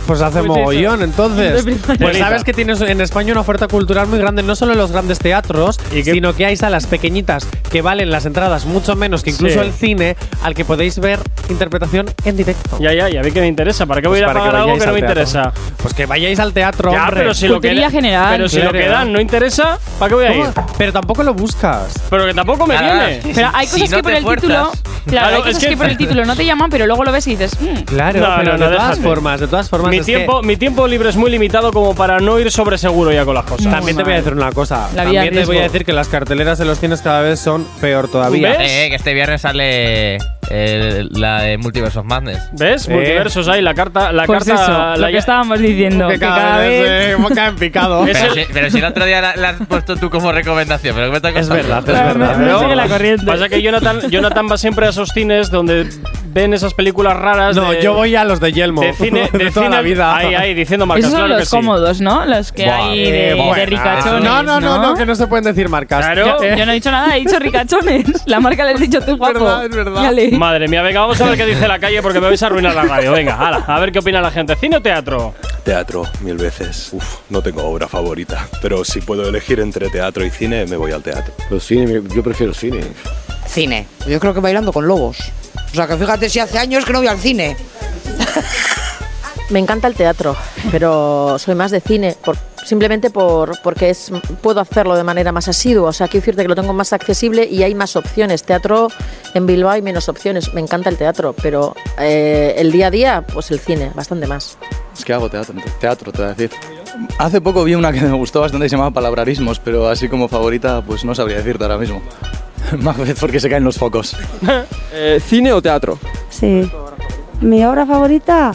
Speaker 4: Pues hace mogollón, entonces. Pues
Speaker 2: Bonita.
Speaker 4: sabes que tienes en España una oferta cultural muy grande, no solo en los grandes teatros, sino que hay salas pequeñitas que valen las entradas mucho menos que incluso
Speaker 2: Sí.
Speaker 4: el cine, al que podéis ver interpretación en directo.
Speaker 2: Ya, ya, ya vi que me interesa. ¿Para qué voy a ir a
Speaker 4: Pues para que
Speaker 2: pagar algo
Speaker 4: vayáis
Speaker 2: que no
Speaker 4: al
Speaker 2: me
Speaker 4: teatro.
Speaker 2: interesa?
Speaker 4: Pues que vayáis al teatro.
Speaker 2: Ya,
Speaker 4: hombre.
Speaker 2: pero si lo que,
Speaker 4: Cultura
Speaker 2: da-
Speaker 4: general.
Speaker 2: Pero si lo que
Speaker 4: Claro.
Speaker 2: dan no interesa, ¿para qué voy a ir?
Speaker 4: Pero tampoco lo buscas.
Speaker 2: Pero que tampoco me
Speaker 4: Claro,
Speaker 2: viene.
Speaker 4: sí,
Speaker 3: Pero hay cosas que por el título. Claro, hay cosas
Speaker 2: es
Speaker 3: que, por el título no te llaman, pero luego lo ves y dices. "Mm".
Speaker 4: Claro,
Speaker 2: No,
Speaker 4: pero
Speaker 2: no,
Speaker 4: de
Speaker 2: no,
Speaker 4: todas
Speaker 2: déjate.
Speaker 4: formas, de todas formas.
Speaker 2: Mi
Speaker 4: es que
Speaker 2: tiempo, mi tiempo libre es muy limitado como para no ir sobre seguro ya con las cosas.
Speaker 4: También te voy a decir una cosa.
Speaker 2: La vida
Speaker 4: También te voy
Speaker 2: riesgo.
Speaker 4: a decir que las carteleras de los cines cada vez son peor todavía.
Speaker 5: Eh, eh, que este viernes sale eh, la de Multiverse of Madness.
Speaker 2: ¿Ves?
Speaker 5: Eh.
Speaker 2: Multiversos ahí, la carta. La
Speaker 5: Pues
Speaker 2: carta
Speaker 5: eso,
Speaker 2: la
Speaker 5: lo que
Speaker 2: ya-
Speaker 3: estábamos diciendo.
Speaker 4: Que cada vez, eh, hemos caído en
Speaker 2: (laughs)
Speaker 4: picado.
Speaker 2: Es
Speaker 5: Pero,
Speaker 2: el-
Speaker 5: si, pero si el otro día la, la has puesto tú como recomendación, pero que me está
Speaker 4: Es
Speaker 5: costando.
Speaker 4: verdad,
Speaker 5: (laughs)
Speaker 4: es Claro, verdad. me- me
Speaker 2: No,
Speaker 4: sigue la corriente.
Speaker 2: Pasa que Jonathan, Jonathan va siempre a esos cines donde ven esas películas raras.
Speaker 4: No,
Speaker 2: de-
Speaker 4: yo voy a los (laughs) de Yelmo.
Speaker 2: De cine, de,
Speaker 4: toda
Speaker 2: cine-
Speaker 4: la vida.
Speaker 2: Ahí, ahí, diciendo marcas,
Speaker 3: Esos son
Speaker 2: claro que
Speaker 3: los
Speaker 2: sí.
Speaker 3: cómodos, ¿no? Los que
Speaker 2: Buah,
Speaker 3: hay
Speaker 2: eh,
Speaker 3: de,
Speaker 2: buena.
Speaker 3: de ricachones.
Speaker 4: No,
Speaker 3: No, Oh,
Speaker 4: no, no, no, que no se pueden decir marcas. eh,
Speaker 2: Claro.
Speaker 3: Yo no he dicho nada, he dicho ricachones. La marca les he dicho tú, guapo. Dale.
Speaker 2: Madre mía, venga, vamos a ver qué dice la calle porque me vais a arruinar la radio. Venga, ala, a ver qué opina la gente. ¿Cine o teatro?
Speaker 11: Teatro, mil veces. Uf, no tengo obra favorita, pero si puedo elegir entre teatro y cine, me voy al teatro. Los cine, yo prefiero cine.
Speaker 12: Cine. Yo creo que bailando con lobos. O sea, que fíjate si hace años que no voy al cine.
Speaker 10: Me encanta el teatro, pero soy más de cine, por- simplemente por, porque es, puedo hacerlo de manera más asidua. O sea, quiero decirte que lo tengo más accesible y hay más opciones. Teatro en Bilbao hay menos opciones. Me encanta el teatro, pero eh, el día a día, pues el cine, bastante más.
Speaker 9: Es que hago teatro, teatro, te voy a decir. Hace poco vi una que me gustó bastante y se llamaba Palabrarismos, pero así como favorita, pues no sabría decirte ahora mismo. Macbeth porque se caen los focos.
Speaker 13: ¿Cine o teatro?
Speaker 14: Sí. Mi obra favorita,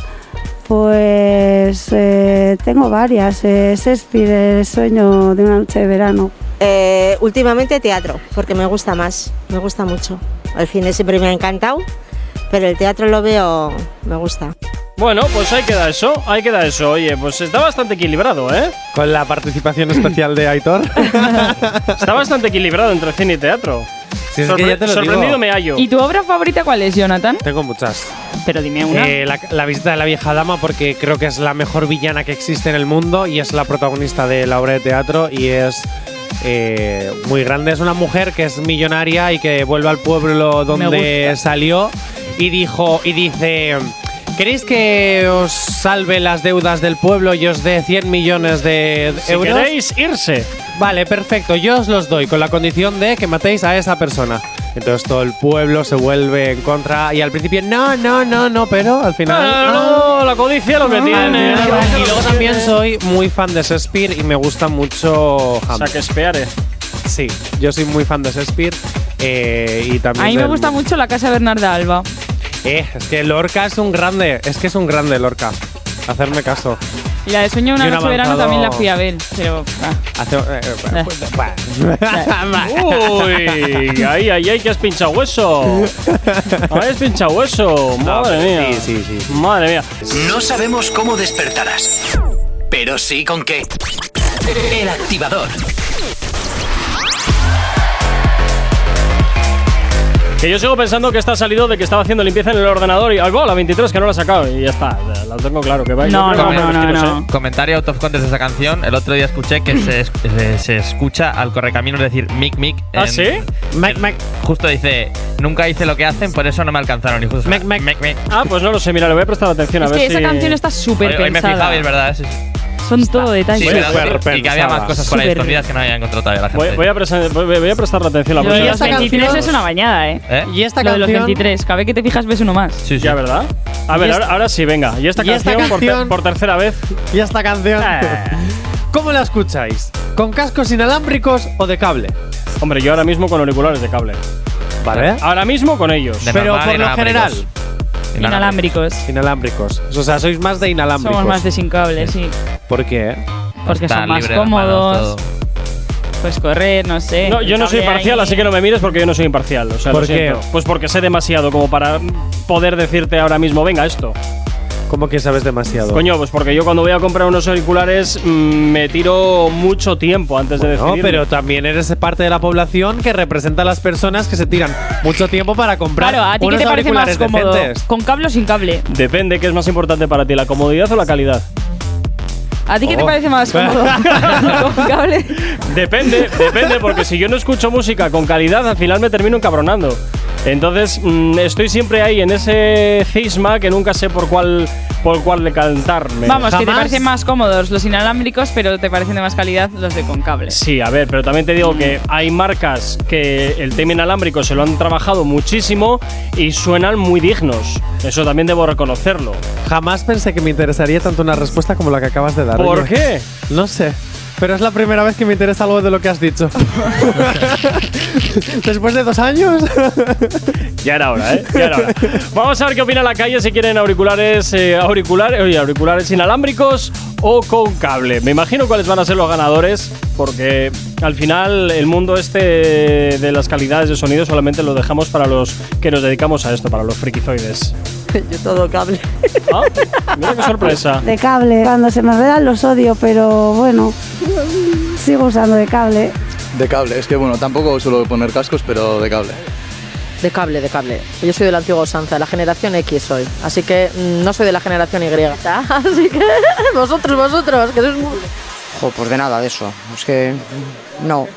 Speaker 14: pues eh, tengo varias. Eh, Shakespeare, El sueño de una noche de verano.
Speaker 15: Eh, últimamente teatro, porque me gusta más, me gusta mucho. El cine siempre me ha encantado, pero el teatro lo veo, me
Speaker 10: (laughs)
Speaker 15: gusta.
Speaker 2: Bueno, pues ahí queda eso, ahí queda eso. Oye, pues está bastante equilibrado, ¿eh?
Speaker 4: Con la participación especial
Speaker 2: (laughs)
Speaker 4: de Aitor.
Speaker 2: Está bastante equilibrado entre cine y teatro.
Speaker 4: Si es que ya te lo
Speaker 2: sorprendido
Speaker 4: digo.
Speaker 2: me hallo.
Speaker 3: ¿Y tu obra favorita cuál es, Jonathan? Eh,
Speaker 4: Tengo muchas.
Speaker 3: Pero dime una.
Speaker 4: Eh, la, la visita de la vieja dama, porque creo que es la mejor villana que existe en el mundo y es la protagonista de la obra de teatro y es eh, muy grande. Es una mujer que es millonaria y que vuelve al pueblo donde salió y dijo y dice. ¿Queréis que os salve las deudas del pueblo y os dé 100 millones de
Speaker 2: Si
Speaker 4: euros?
Speaker 2: queréis irse.
Speaker 4: Vale, perfecto. Yo os los doy con la condición de que matéis a esa persona. Entonces todo el pueblo se vuelve en contra y al principio no, no, no, no, pero al final. "Ah,
Speaker 2: No, no, no, la codicia lo que tiene.
Speaker 4: Y luego también soy muy fan de Shakespeare y me gusta mucho Hamlet.
Speaker 2: Shakespeare.
Speaker 4: Sí, yo soy muy fan de Shakespeare eh, y
Speaker 3: A
Speaker 4: también.
Speaker 3: mí me
Speaker 4: del-
Speaker 3: gusta mucho la casa Bernarda Alba.
Speaker 4: Eh, es que Lorca es un grande, es que es un grande Lorca. Hacerme caso.
Speaker 3: Y la de sueño de una
Speaker 4: Y un
Speaker 3: noche de verano
Speaker 4: avanzado-
Speaker 3: también la fui a ver. Pero. ah.
Speaker 4: Hace- eh, eh, pues, bah.
Speaker 3: Eh.
Speaker 4: (laughs)
Speaker 2: Uy, ay, ay, ay, que has pinchado hueso. Ay, has pinchado hueso. Madre mía.
Speaker 4: Sí, sí, sí.
Speaker 2: Madre mía.
Speaker 1: No sabemos cómo despertarás, pero sí con qué. El activador.
Speaker 2: Que yo sigo pensando que está salido de que estaba haciendo limpieza en el ordenador y algo, la 23 que no la ha sacado y ya está. Lo tengo claro que va. Yo creo que me los tiros, ¿eh?
Speaker 5: Comentario out of context de esa canción. El otro día escuché que se, es- se- se escucha al correcaminos decir mic mic.
Speaker 2: ¿Ah,
Speaker 5: en-
Speaker 2: sí?
Speaker 4: Mic mic.
Speaker 5: Justo dice, nunca hice lo que hacen, por eso no me alcanzaron. Y justo, mic mic. mic,
Speaker 2: Ah, pues no lo sé, mira, le voy a prestar atención a
Speaker 3: Es
Speaker 2: ver
Speaker 3: que
Speaker 2: si.
Speaker 3: esa canción está súper
Speaker 5: Hoy, hoy me he
Speaker 3: Pues pensada.
Speaker 5: fijado y es verdad. Sí, sí.
Speaker 3: Son todo detalles.
Speaker 5: Sí, verdad, y que había más cosas por ahí
Speaker 3: Súper.
Speaker 5: escondidas que no había encontrado todavía la gente.
Speaker 2: Voy, voy a prestar, voy, voy a prestarle atención a la
Speaker 3: Lo de
Speaker 2: próxima
Speaker 3: los 23 es una bañada, ¿eh?
Speaker 5: ¿Eh?
Speaker 4: Y esta
Speaker 3: Lo de los
Speaker 4: canción-
Speaker 3: 23, cada vez que te fijas ves uno más.
Speaker 5: Sí,
Speaker 2: Ya, ¿verdad? A
Speaker 3: Y
Speaker 2: ver,
Speaker 3: esta-
Speaker 2: ahora, ahora sí, venga. Y esta
Speaker 4: y esta
Speaker 2: canción, por ter-
Speaker 4: canción-
Speaker 2: Por, tercera
Speaker 3: (laughs)
Speaker 2: vez.
Speaker 4: Y esta canción.
Speaker 2: Eh.
Speaker 4: ¿Cómo la escucháis? ¿Con cascos inalámbricos o de cable?
Speaker 2: Hombre, yo ahora mismo con auriculares de cable.
Speaker 4: Vale.
Speaker 2: Ahora mismo con ellos.
Speaker 4: De Pero normal, por lo inalámbricos. general.
Speaker 3: Inalámbricos.
Speaker 4: Inalámbricos. O sea, sois más de inalámbricos.
Speaker 3: Somos más de sin cable, sí.
Speaker 4: ¿Por qué? eh?
Speaker 3: Porque son más cómodos. Pues correr, no sé.
Speaker 2: No, yo no soy parcial, así que no me mires porque yo no soy imparcial. O sea,
Speaker 4: ¿Por
Speaker 2: lo
Speaker 4: qué?
Speaker 2: siento. Pues porque sé demasiado como para poder decirte ahora mismo, venga, esto.
Speaker 4: ¿Cómo que sabes demasiado?
Speaker 2: Coño, pues porque yo cuando voy a comprar unos auriculares mm, me tiro mucho tiempo antes de
Speaker 4: No,
Speaker 2: decidir.
Speaker 4: pero también eres parte de la población que representa a las personas que se tiran mucho tiempo para comprar
Speaker 3: Claro, ¿a ti qué
Speaker 4: unos
Speaker 3: te parece más
Speaker 4: auriculares
Speaker 3: cómodo?
Speaker 4: decentes.
Speaker 3: ¿Con cable o sin cable?
Speaker 2: Depende qué es más importante para ti, la comodidad o la calidad.
Speaker 3: ¿A ti qué te
Speaker 2: Oh.
Speaker 3: parece más cómodo? ¿Con cable?
Speaker 4: (laughs)
Speaker 2: Depende, depende, porque si yo no escucho música con calidad, al final me termino encabronando. Entonces, mm, estoy siempre ahí en ese cisma que nunca sé por cuál por cuál decantarme.
Speaker 3: Vamos, que te parecen más cómodos los inalámbricos, pero te parecen de más calidad los de con cable.
Speaker 2: Sí, a ver, pero también te digo que hay marcas que el tema inalámbrico se lo han trabajado muchísimo y suenan muy dignos. Eso también debo reconocerlo.
Speaker 4: Jamás pensé que me interesaría tanto una respuesta como la que acabas de dar.
Speaker 2: ¿Por
Speaker 4: oye.
Speaker 2: qué?
Speaker 4: No sé. Pero es la primera vez que me interesa algo de lo que
Speaker 3: (laughs)
Speaker 4: has dicho. Después de dos años.
Speaker 2: Ya era hora, ¿eh? Ya era hora. Vamos a ver qué opina la calle si quieren auriculares, eh, auriculares, oye, auriculares inalámbricos o con cable. Me imagino cuáles van a ser los ganadores, porque al final el mundo este de las calidades de sonido solamente lo dejamos para los que nos dedicamos a esto, para los frikizoides. Ah,
Speaker 8: Yo todo cable.
Speaker 2: Mira qué sorpresa.
Speaker 14: De cable. Cuando se me enredan los odio, pero bueno, sigo usando de cable.
Speaker 9: De cable, es que bueno, tampoco suelo poner cascos, pero de cable.
Speaker 10: De cable, de cable. Yo soy de la antigua usanza, de la generación X soy. Así que mm, no soy de la generación Y. (laughs) Así que vosotros, vosotros, que sois muy...
Speaker 12: Jo, pues de nada de eso. Es que. No.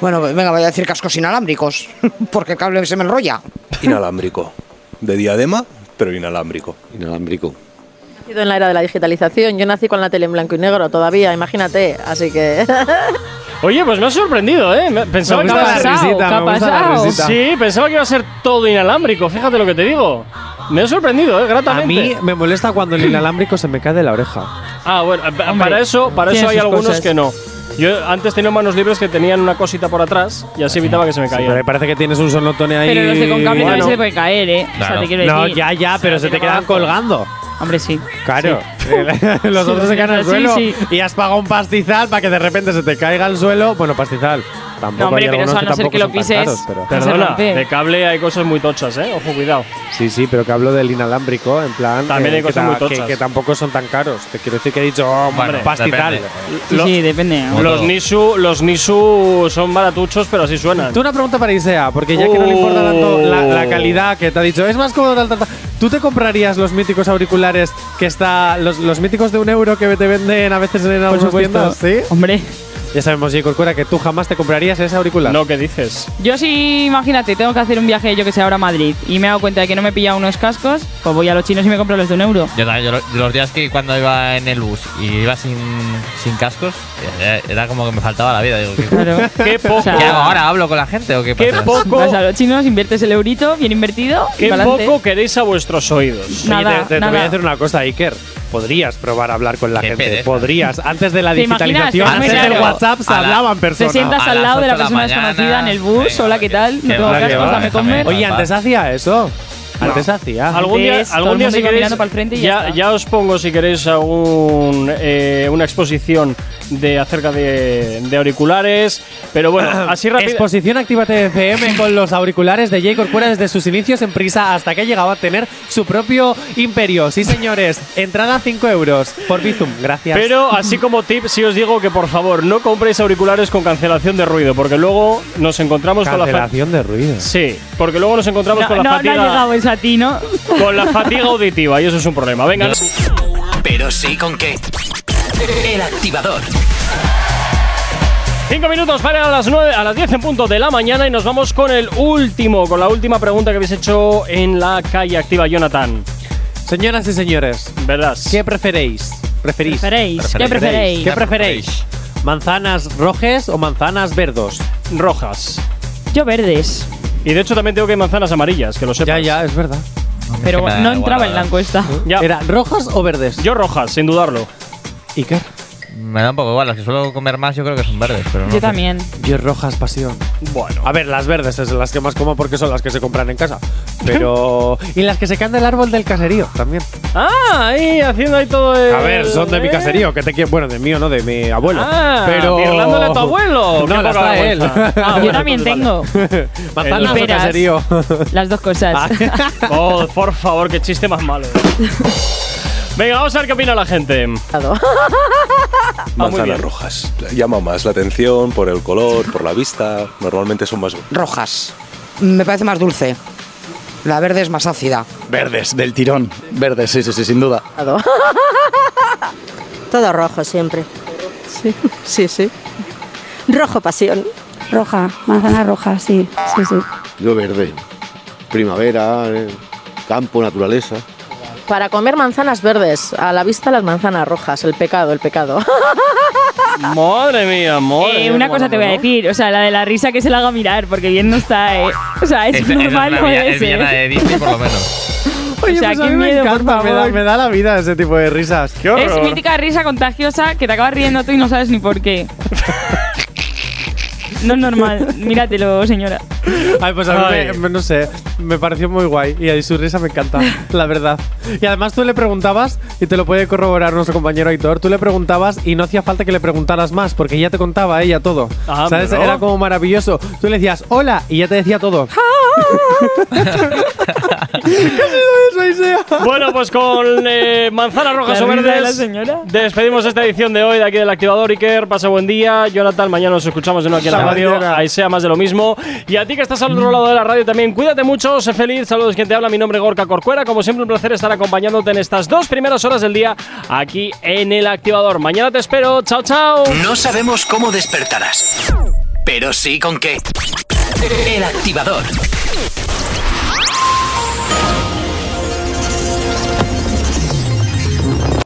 Speaker 12: Bueno, venga, voy a decir cascos inalámbricos. (laughs) Porque el cable se me enrolla.
Speaker 11: Inalámbrico. De diadema, pero inalámbrico. Inalámbrico.
Speaker 10: nacido en la era de la digitalización. Yo nací con la tele en blanco y negro todavía, imagínate. Así que... (laughs)
Speaker 2: Oye, pues me ha sorprendido, ¿eh? Me- Pensaba
Speaker 10: Me
Speaker 2: que
Speaker 10: gusta
Speaker 2: iba a
Speaker 10: la
Speaker 2: ser-
Speaker 10: risita, ¿Qué ha me gusta la pasado? risita.
Speaker 2: Sí, pensaba que iba a ser todo inalámbrico, fíjate lo que te digo. Me ha sorprendido, ¿eh?
Speaker 4: A mí
Speaker 2: Gratamente.
Speaker 4: me molesta cuando el inalámbrico se me cae de la oreja.
Speaker 2: Ah, bueno, pa- para eso, para
Speaker 4: tiene
Speaker 2: eso hay
Speaker 4: sus
Speaker 2: algunos
Speaker 4: cosas.
Speaker 2: que no. Yo antes tenía manos libres que tenían una cosita por atrás y así evitaba que se me
Speaker 4: Sí, pero
Speaker 2: cayera.
Speaker 4: me parece que tienes un sonotone ahí.
Speaker 3: Pero los de con cable también
Speaker 4: Bueno.
Speaker 3: se te puede caer, ¿eh? O sea,
Speaker 4: Claro.
Speaker 3: te quiero
Speaker 4: No,
Speaker 3: decir.
Speaker 4: ya, ya, pero se te quedan colgando.
Speaker 3: Hombre, sí.
Speaker 4: Claro.
Speaker 3: Sí.
Speaker 4: (laughs) los
Speaker 3: Sí,
Speaker 4: otros se caen al
Speaker 3: sí,
Speaker 4: suelo
Speaker 3: sí.
Speaker 4: y has pagado un pastizal para que de repente se te caiga al suelo. Bueno, pastizal. Tampoco
Speaker 2: hombre,
Speaker 4: hay
Speaker 2: pero
Speaker 4: algunos
Speaker 2: eso a no ser
Speaker 4: tampoco
Speaker 2: que lo
Speaker 4: son tan
Speaker 2: pises,
Speaker 4: caros, pero-
Speaker 2: Perdona, de cable hay cosas muy tochas, ¿eh? Ojo, cuidado.
Speaker 4: Sí, sí, pero que hablo del inalámbrico, en plan. eh,
Speaker 2: También hay
Speaker 4: que
Speaker 2: cosas
Speaker 4: ta-
Speaker 2: muy
Speaker 4: que-
Speaker 2: tochas.
Speaker 4: Que, tampoco son tan caros. Te quiero decir que he dicho, oh,
Speaker 2: Bueno,
Speaker 4: pastizal.
Speaker 2: depende.
Speaker 3: Sí, sí, depende. ¿eh? ¿no?
Speaker 2: Los Nisu, los Nisu son baratuchos, pero así suenan.
Speaker 4: Tú una pregunta para Isea, porque ya que no le importa tanto la, la calidad que te ha dicho, es más cómodo tal, tal, tal. ¿Tú te comprarías los míticos auriculares que está. los, los míticos de un euro que te venden a veces en algunas
Speaker 3: supuesto.
Speaker 4: tiendas? Sí.
Speaker 3: Hombre.
Speaker 4: Ya sabemos, J. Corcuera, que tú jamás te comprarías ese auricular.
Speaker 2: No, ¿qué dices?
Speaker 3: Yo sí, imagínate, tengo que hacer un viaje, yo que sé, ahora a Madrid y me he dado cuenta de que no me he pillado unos cascos, pues voy a los chinos y me compro los de un euro.
Speaker 5: Yo, también, yo lo- los días que cuando iba en el bus y iba sin, sin cascos, era, era como que me faltaba la vida. Digo, ¿qué,
Speaker 2: (laughs) Qué poco.
Speaker 5: ¿Qué hago ahora? ¿Hablo con la gente o qué pasa?
Speaker 2: Qué poco,
Speaker 3: Vas a los chinos, inviertes el eurito, bien invertido. y
Speaker 2: qué
Speaker 3: pa'lante.
Speaker 2: poco queréis a vuestros oídos.
Speaker 3: (laughs)
Speaker 4: Oye,
Speaker 3: Nada,
Speaker 4: te- te, te
Speaker 3: nada.
Speaker 4: voy a decir una cosa, Iker. Podrías probar a hablar con la gente.
Speaker 5: pereza.
Speaker 4: Podrías. Antes de la
Speaker 3: ¿Te imaginas?
Speaker 4: digitalización,
Speaker 3: Hombre,
Speaker 4: antes del
Speaker 3: claro.
Speaker 4: WhatsApp
Speaker 3: A
Speaker 4: se
Speaker 3: la-
Speaker 4: hablaban personas.
Speaker 3: Te
Speaker 5: Ah,
Speaker 3: sientas al lado de la persona desconocida en el bus, hola, ¿qué tal? No tengo
Speaker 4: Hola, ¿qué
Speaker 3: cascos,
Speaker 4: va?
Speaker 3: dame comer.
Speaker 4: Oye, antes hacía eso. Antes hacía.
Speaker 2: Algún día,
Speaker 3: Antes, todo
Speaker 2: algún
Speaker 3: el
Speaker 2: día
Speaker 3: mundo
Speaker 2: si
Speaker 3: iba
Speaker 2: queréis,
Speaker 3: mirando pa'l frente y ya
Speaker 2: ya,
Speaker 3: está.
Speaker 2: ya os pongo si queréis algún, eh, una exposición de acerca de, de auriculares, pero bueno, así rápido.
Speaker 4: Exposición Actívate FM con los auriculares de Jay Corcuera desde sus inicios en prisa hasta que ha llegado a tener su propio imperio. Sí, señores. Entrada 5 euros por Bizum. Gracias.
Speaker 2: Pero así como tip, sí os digo que por favor no compréis auriculares con cancelación de ruido, porque luego nos encontramos con la fa-
Speaker 4: Cancelación de ruido.
Speaker 2: Sí, porque luego nos encontramos
Speaker 3: No,
Speaker 2: con la
Speaker 3: no, no ha
Speaker 2: fatiga.
Speaker 3: llegado esa a ti, ¿no?
Speaker 2: (laughs) con la fatiga auditiva y eso es un problema. Venga.
Speaker 1: Pero sí con qué. El activador.
Speaker 2: Cinco minutos para a las nueve, a las 10 en punto de la mañana y nos vamos con el último, con la última pregunta que habéis hecho en la calle activa, Jonathan.
Speaker 4: Señoras y señores,
Speaker 2: ¿verdad?
Speaker 4: ¿Qué preferéis? ¿Preferís?
Speaker 3: Preferéis. ¿Qué preferéis?
Speaker 4: ¿Qué preferéis? ¿Manzanas rojas o manzanas verdes?
Speaker 2: Rojas.
Speaker 3: Yo verdes.
Speaker 2: Y de hecho también tengo que hay manzanas amarillas, que lo sepas. Ya,
Speaker 4: ya, es verdad.
Speaker 5: (laughs)
Speaker 3: Pero no entraba en la encuesta.
Speaker 4: ¿Era rojas o verdes?
Speaker 2: Yo rojas, sin dudarlo.
Speaker 4: ¿Y qué?
Speaker 5: Me da un poco igual, las que suelo comer más yo creo que son verdes, pero no sé.
Speaker 4: Yo rojas pasión.
Speaker 2: Bueno.
Speaker 4: A ver, las verdes es las que más como porque son las que se compran en casa. Pero. (laughs) y las que se caen del árbol del caserío también. Eh.
Speaker 2: Ah, ahí haciendo ahí todo el... ¿Eh?
Speaker 4: A ver, son de mi caserío, que te quiero. Bueno, de mío, no, de mi abuelo.
Speaker 2: Ah,
Speaker 4: pero.
Speaker 2: birlándole a tu abuelo. Qué
Speaker 4: No, las
Speaker 2: poca
Speaker 4: trae él.
Speaker 2: vergüenza. Ah,
Speaker 3: Yo
Speaker 2: bueno,
Speaker 3: también
Speaker 5: pues
Speaker 2: entonces
Speaker 3: tengo.
Speaker 4: Manzanas
Speaker 3: Y
Speaker 4: o
Speaker 3: peras.
Speaker 4: (laughs) caserío.
Speaker 5: (laughs) Ah,
Speaker 2: Ah. (laughs)
Speaker 3: Las dos cosas.
Speaker 2: Oh, por favor, qué chiste más malo. Venga, vamos a ver qué opina la gente. Ah, muy
Speaker 11: Manzanas
Speaker 2: bien.
Speaker 11: rojas. Llama más la atención por el color, por la vista. Normalmente son más
Speaker 12: rojas. Me parece más dulce. La verde es más ácida.
Speaker 9: Verdes, del tirón. Verdes, sí, sí, sí, sin duda.
Speaker 15: (laughs) Todo rojo siempre. Sí, sí, sí. Rojo pasión.
Speaker 14: Roja, manzana roja, sí, sí, sí.
Speaker 16: Yo verde. Primavera, eh, campo, naturaleza.
Speaker 10: Para comer manzanas verdes, a la vista las manzanas rojas, el pecado, el pecado.
Speaker 2: Madre mía, madre
Speaker 3: Eh,
Speaker 2: mía,
Speaker 3: una
Speaker 2: cómo
Speaker 3: cosa te voy a
Speaker 2: hablamos.
Speaker 3: decir, o sea, la de la risa que se la haga mirar, porque bien no está, ¿eh? O sea, es,
Speaker 5: Es-
Speaker 3: (laughs)
Speaker 5: es
Speaker 3: normal,
Speaker 5: una
Speaker 3: puede
Speaker 5: villa- es
Speaker 3: ser.
Speaker 5: villana de Disney, por lo menos.
Speaker 3: O sea, qué miedo, por
Speaker 4: pues me, da,
Speaker 3: favor.
Speaker 4: me da la vida ese tipo de risas. ¡Qué
Speaker 3: Es mítica risa contagiosa que te acabas riendo tú y no sabes ni por qué. No es normal, míratelo, señora.
Speaker 4: Ay, pues a mí,
Speaker 3: Ay.
Speaker 4: me- me- no sé, me pareció muy guay y ahí su risa me encanta, la verdad. Y además tú le preguntabas, y te lo puede corroborar nuestro compañero Aitor, tú le preguntabas y no hacía falta que le preguntaras más, porque ya te contaba ella todo.
Speaker 2: Ah,
Speaker 4: ¿Sabes?
Speaker 2: pero.
Speaker 4: Era como maravilloso. Tú le decías, hola, y ya te decía todo. (laughs)
Speaker 2: Bueno, pues con eh, manzanas rojas
Speaker 3: La
Speaker 2: o
Speaker 3: risa de la
Speaker 2: verdes.
Speaker 3: señora.
Speaker 2: Despedimos esta edición de hoy de aquí del Activador Iker. Pasa buen día. Jonathan, mañana nos escuchamos de nuevo aquí en la
Speaker 4: Hasta
Speaker 2: radio.
Speaker 4: mañana.
Speaker 2: Ahí sea más de lo mismo. Y a ti que estás al otro lado de la radio también, cuídate mucho, sé feliz. Saludos, quien te habla. Mi nombre es Gorka Corcuera. Como siempre, un placer estar acompañándote en estas dos primeras horas del día aquí en el Activador. Mañana te espero. Chao, chao.
Speaker 1: No sabemos cómo despertarás, pero sí con qué. El activador.